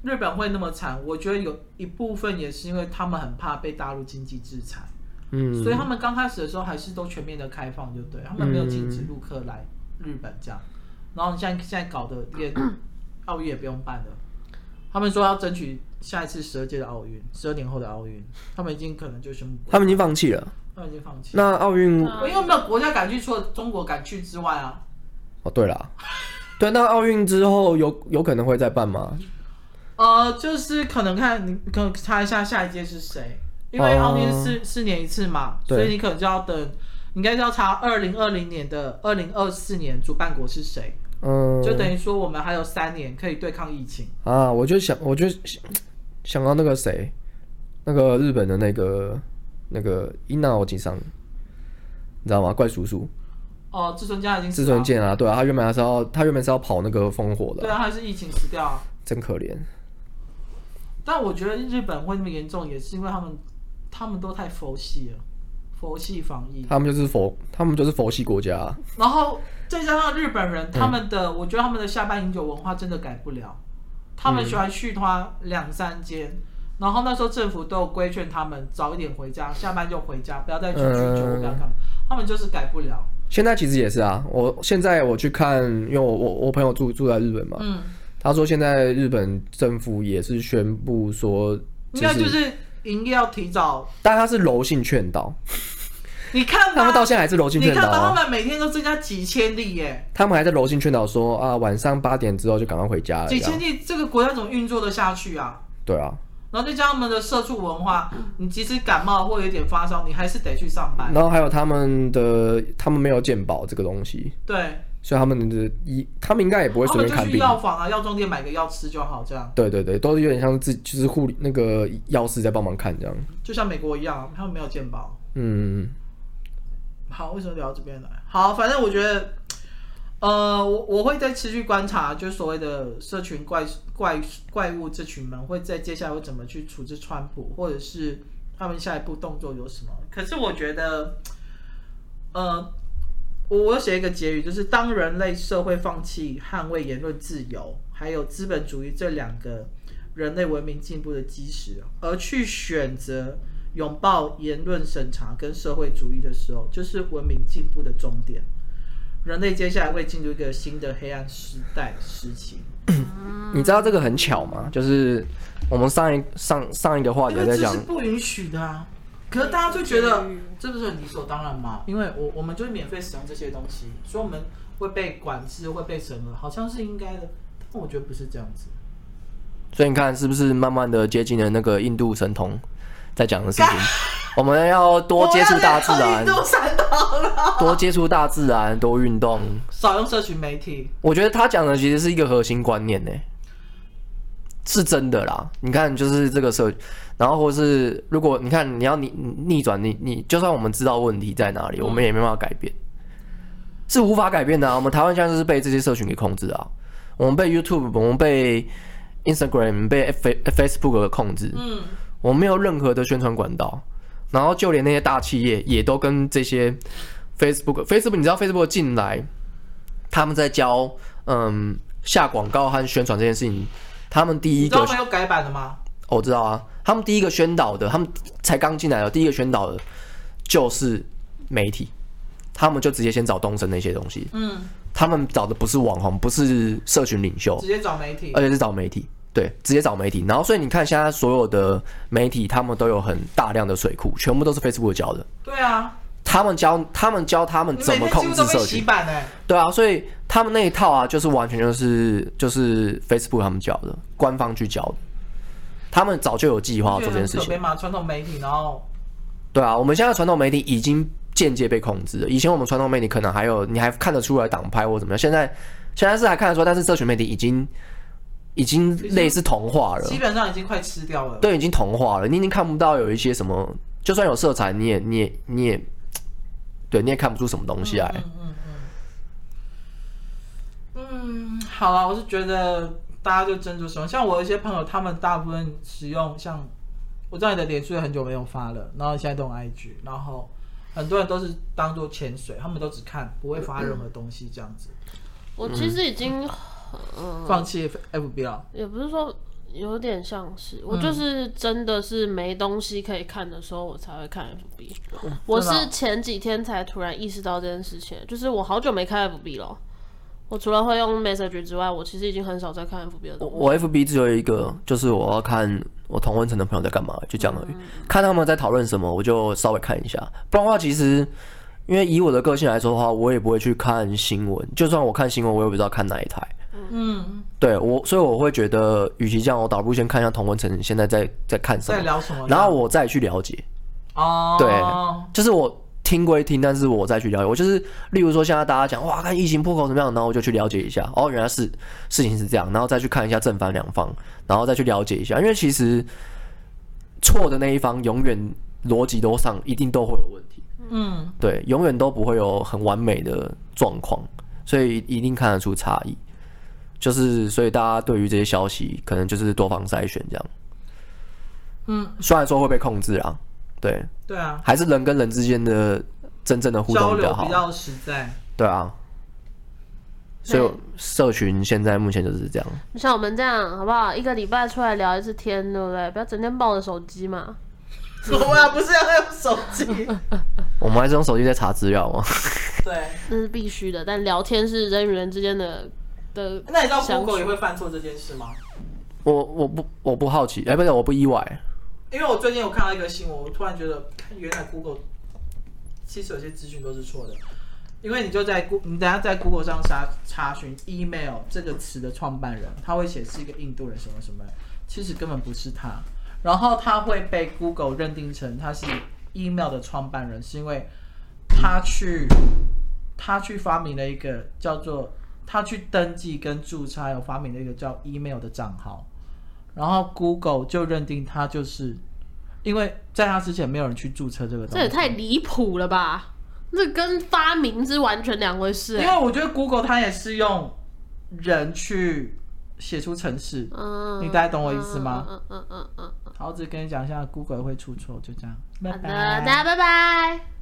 [SPEAKER 3] 日本会那么惨，我觉得有一部分也是因为他们很怕被大陆经济制裁，
[SPEAKER 2] 嗯，
[SPEAKER 3] 所以他们刚开始的时候还是都全面的开放，就对，他们没有禁止陆客来日本这样。然后你像现在搞的 也奥运也不用办了，他们说要争取下一次十二届的奥运，十二年后的奥运，他们已经可能就宣布不
[SPEAKER 2] 他们已经放弃了。
[SPEAKER 3] 他们已经放弃。
[SPEAKER 2] 那奥运
[SPEAKER 1] 那
[SPEAKER 3] 因为没有国家敢去，除了中国敢去之外啊，
[SPEAKER 2] 哦，对啦，对，那奥运之后有有可能会再办吗？
[SPEAKER 3] 呃，就是可能看你可能查一下下一届是谁，因为
[SPEAKER 2] 哦
[SPEAKER 3] 奥运四四年一次嘛，
[SPEAKER 2] 对
[SPEAKER 3] 所以你可能就要等，你应该就要查二零二零年的二零二四年主办国是谁，
[SPEAKER 2] 嗯，
[SPEAKER 3] 就等于说我们还有三年可以对抗疫情。
[SPEAKER 2] 啊，我就想，我就想想到那个谁，那个日本的那个那个伊那奥吉桑，你知道吗？怪叔叔，
[SPEAKER 3] 哦、志村家已经死
[SPEAKER 2] 志
[SPEAKER 3] 了
[SPEAKER 2] 村，健啊，对啊，他原本还是要他原本是要跑那个烽火
[SPEAKER 3] 对
[SPEAKER 2] 的，
[SPEAKER 3] 啊，还是疫情死掉啊。
[SPEAKER 2] 真可怜。
[SPEAKER 3] 但我觉得日本会那么严重，也是因为他们他们都太佛系了，佛系防疫。
[SPEAKER 2] 他们就是佛，他们就是佛系国家啊、
[SPEAKER 3] 然后再加上日本人，他
[SPEAKER 2] 嗯
[SPEAKER 3] 们的、我觉得他们的下班饮酒文化真的改不了，他
[SPEAKER 2] 嗯
[SPEAKER 3] 们喜欢续团两三间。然后那时候政府都有规劝他们早一点回家，下班就回家，不要再去居酒屋，
[SPEAKER 2] 嗯
[SPEAKER 3] 不要干嘛。他们就是改不了。
[SPEAKER 2] 现在其实也是啊，我现在我去看，因为我我我朋友住住在日本嘛，
[SPEAKER 3] 嗯，
[SPEAKER 2] 他说现在日本政府也是宣布说，就
[SPEAKER 3] 应该
[SPEAKER 2] 是，
[SPEAKER 3] 就是营业要提早。
[SPEAKER 2] 但他是柔性劝导，
[SPEAKER 3] 你看
[SPEAKER 2] 他们
[SPEAKER 3] 吧，
[SPEAKER 2] 到现在还是柔性
[SPEAKER 3] 啊你
[SPEAKER 2] 劝
[SPEAKER 3] 看
[SPEAKER 2] 导、啊
[SPEAKER 3] 到他。们每天都增加几千例耶，
[SPEAKER 2] 他们还在柔性劝导说啊，晚上八点之后就赶快回家了。
[SPEAKER 3] 几
[SPEAKER 2] 这样
[SPEAKER 3] 千例，这个国家怎么运作的下去啊？
[SPEAKER 2] 对啊，
[SPEAKER 3] 然后再加上他们的社畜文化，你即使感冒或有点发烧，你还是得去上班。
[SPEAKER 2] 然后还有他们的，他们没有健保这个东西，
[SPEAKER 3] 对，
[SPEAKER 2] 所以他们的医，他们应嗯该也不会
[SPEAKER 3] 他
[SPEAKER 2] 随
[SPEAKER 3] 们
[SPEAKER 2] 便
[SPEAKER 3] 就
[SPEAKER 2] 看
[SPEAKER 3] 去
[SPEAKER 2] 病。
[SPEAKER 3] 药房啊、药妆店买个药吃就好，这样
[SPEAKER 2] 对对对，都是有点像自就是护理那个药师在帮忙看这样。
[SPEAKER 3] 就像美国一样，他们没有健保。
[SPEAKER 2] 嗯，
[SPEAKER 3] 好，为什么聊到这边来？好，反正我觉得，呃，我我会再持续观察，就所谓的社群怪怪怪物这群人会在接下来会怎么去处置川普，或者是他们下一步动作有什么。可是我觉得，呃，我我有写一个结语，就是当人类社会放弃捍卫言论自由，还有资本主义这两个人类文明进步的基石，而去选择拥抱言论审查跟社会主义的时候，就是文明进步的终点。人类接下来会进入一个新的黑暗时代时期。
[SPEAKER 2] 你知道这个很巧吗？就是我们上一上上一个话题
[SPEAKER 3] 因为
[SPEAKER 2] 哦在
[SPEAKER 3] 这
[SPEAKER 2] 讲
[SPEAKER 3] 是，不允许的啊！可是大家就觉得这不是很理所当然吗？因为我我们就是免费使用这些东西，所以我们会被管制，会被审核，好像是应该的。但我觉得不是这样子。
[SPEAKER 2] 所以你看，是不是慢慢的接近了那个印度神童在讲的事 情？我们要多接触大自然，
[SPEAKER 3] 都闪到了，
[SPEAKER 2] 多接触大自然，多运动。
[SPEAKER 3] 少用社群媒体。
[SPEAKER 2] 我觉得他讲的其实是一个核心观念呢、是真的啦。你看，就是这个社，然后或是如果你看你要逆逆转，你你就算我们知道问题在
[SPEAKER 3] 嗯
[SPEAKER 2] 哪里，我们也没办法改变，是无法改变的啊。我们台湾现在就是被这些社群给控制啊，我们被 YouTube，我们被 Instagram，被 F Facebook 给控制，
[SPEAKER 3] 嗯，
[SPEAKER 2] 我们没有任何的宣传管道，然后就连那些大企业也都跟这些 Facebook，Facebook 你知道 Facebook 进来，他们在教嗯下广告和宣传这件事情，他们第一
[SPEAKER 3] 你知
[SPEAKER 2] 个
[SPEAKER 3] 道没有改版的吗？
[SPEAKER 2] 哦我知道啊，他们第一个宣导的，他们才刚进来的第一个宣导的就是媒体，他们就直接先找东森那些东西，
[SPEAKER 3] 嗯，
[SPEAKER 2] 他们找的不是网红，不是社群领袖
[SPEAKER 3] 直，接找媒体
[SPEAKER 2] 而。且是找媒体，对，直接找媒体。然后所以你看，现在所有的媒体他们都有很大量的水库，全部都是 Facebook 教的，
[SPEAKER 3] 对啊，
[SPEAKER 2] 他们教他们教他们
[SPEAKER 3] 你
[SPEAKER 2] 怎
[SPEAKER 3] 每
[SPEAKER 2] 么
[SPEAKER 3] 天几
[SPEAKER 2] 控
[SPEAKER 3] 乎
[SPEAKER 2] 制
[SPEAKER 3] 都被
[SPEAKER 2] 社
[SPEAKER 3] 洗
[SPEAKER 2] 群，
[SPEAKER 3] 版哎、
[SPEAKER 2] 对啊，所以他们那一套啊，就是完全就是就是 Facebook 他们教的，官方去教的，他们早就有计划要
[SPEAKER 3] 觉
[SPEAKER 2] 哦做
[SPEAKER 3] 得
[SPEAKER 2] 这
[SPEAKER 3] 很
[SPEAKER 2] 件事
[SPEAKER 3] 可
[SPEAKER 2] 情
[SPEAKER 3] 悲。嘛，传统媒体，然后
[SPEAKER 2] 对啊，我们现在传统媒体已经间接被控制了。以前我们传统媒体可能还有你还看得出来党派或怎么样，现在现在是还看得出来，但是社群媒体已经已经类似同化了，
[SPEAKER 3] 基本上已经快吃掉了。
[SPEAKER 2] 哎对，已经同化了，你已经看不到有一些什么，就算有色彩，你也你也你也，对，你也看不出什么东西来。
[SPEAKER 3] 嗯，好了，我是觉得大家就斟酌使用。像我有一些朋友，他们大部分使用像我知道你的脸书也很久没有发了，然后现在都用 IG，然后很多人都是当做潜水，他们都只看，不会发任何东西这样子，
[SPEAKER 1] 我其实已经，嗯，
[SPEAKER 3] 放弃 F- FB 了。
[SPEAKER 1] 也不是说有点像是，
[SPEAKER 3] 嗯
[SPEAKER 1] 我就是真的是没东西可以看的时候，我才会看 FB。我
[SPEAKER 3] 真的
[SPEAKER 1] 是
[SPEAKER 3] 哦
[SPEAKER 1] 前几天才突然意识到这件事情，就是我好久没看 FB 了。我除了会用 Message 之外，我其实已经很少在看 FB 的
[SPEAKER 3] 哦
[SPEAKER 1] 东西。
[SPEAKER 2] 我 FB 只有一个，就是我要看我同温层的朋友在干嘛，就这样而已。看他们在讨论什么，我就稍微看一下。不然的话，其实因为以我的个性来说的话，我也不会去看新闻。就算我看新闻，我也不知道看哪一台。
[SPEAKER 3] 嗯，
[SPEAKER 2] 对我，所以我会觉得，与其这样，我倒不如先看一下同温层现在在在看什
[SPEAKER 3] 在
[SPEAKER 2] 么，
[SPEAKER 3] 聊什么？
[SPEAKER 2] 然后我再去了解。
[SPEAKER 3] 哦，
[SPEAKER 2] 对就是我听归听，但是我再去了解。我就是，例如说现在大家讲哇，看疫情破口怎么样，然后我就去了解一下，哦，原来是事情是这样，然后再去看一下正反两方，然后再去了解一下，因为其实错的那一方永远逻辑都上一定都会有问题，
[SPEAKER 3] 嗯，
[SPEAKER 2] 对，永远都不会有很完美的状况，所以一定看得出差异。就是，所以大家对于这些消息，可能就是多方筛选这样。
[SPEAKER 3] 嗯，
[SPEAKER 2] 虽然说会被控制啊，对，
[SPEAKER 3] 对啊，
[SPEAKER 2] 还是人跟人之间的真正的互
[SPEAKER 3] 交
[SPEAKER 2] 动比较
[SPEAKER 3] 流
[SPEAKER 2] 好
[SPEAKER 3] 比，较实在。
[SPEAKER 2] 对啊。所以社群现在目前就是这样，
[SPEAKER 1] 就像我们这样，好不好？一个礼拜出来聊一次天，对不对？不要整天抱着手机嘛。
[SPEAKER 3] 我啊，不是要用手 机。
[SPEAKER 2] 我们还是用手机在查资料嘛。
[SPEAKER 3] 对，
[SPEAKER 1] 那是必须的，但聊天是人与人之间的的。
[SPEAKER 3] 那你知道
[SPEAKER 1] 相处
[SPEAKER 3] Google 也会犯错这件事吗？
[SPEAKER 2] 我我不我不好奇，哎、不是我不意外，
[SPEAKER 3] 因为我最近有看到一个新闻，我突然觉得，原来 Google 其实有些资讯都是错的，因为你就在 Google，你等下在 Google 上查查询 email 这个词的创办人，他会写是一个印度人什么什么人，其实根本不是他，然后他会被 Google 认定成他是 email 的创办人，是因为他去他去发明了一个叫做他去登记跟注册，还有发明了一个叫 email 的账号。然后 Google 就认定他就是，因为在他之前没有人去注册这个东
[SPEAKER 1] 这
[SPEAKER 3] 西，
[SPEAKER 1] 也太离谱了吧！这跟发明是完全两回事、欸
[SPEAKER 3] 因为我觉得 Google 它也是用人去写出程式。
[SPEAKER 1] 嗯，
[SPEAKER 3] 你大概懂我意思吗
[SPEAKER 1] 嗯嗯嗯嗯嗯。
[SPEAKER 3] 好，我只跟你讲一下，Google 会出错，就这样。拜
[SPEAKER 1] 好的，
[SPEAKER 3] 拜。
[SPEAKER 1] 大家拜拜。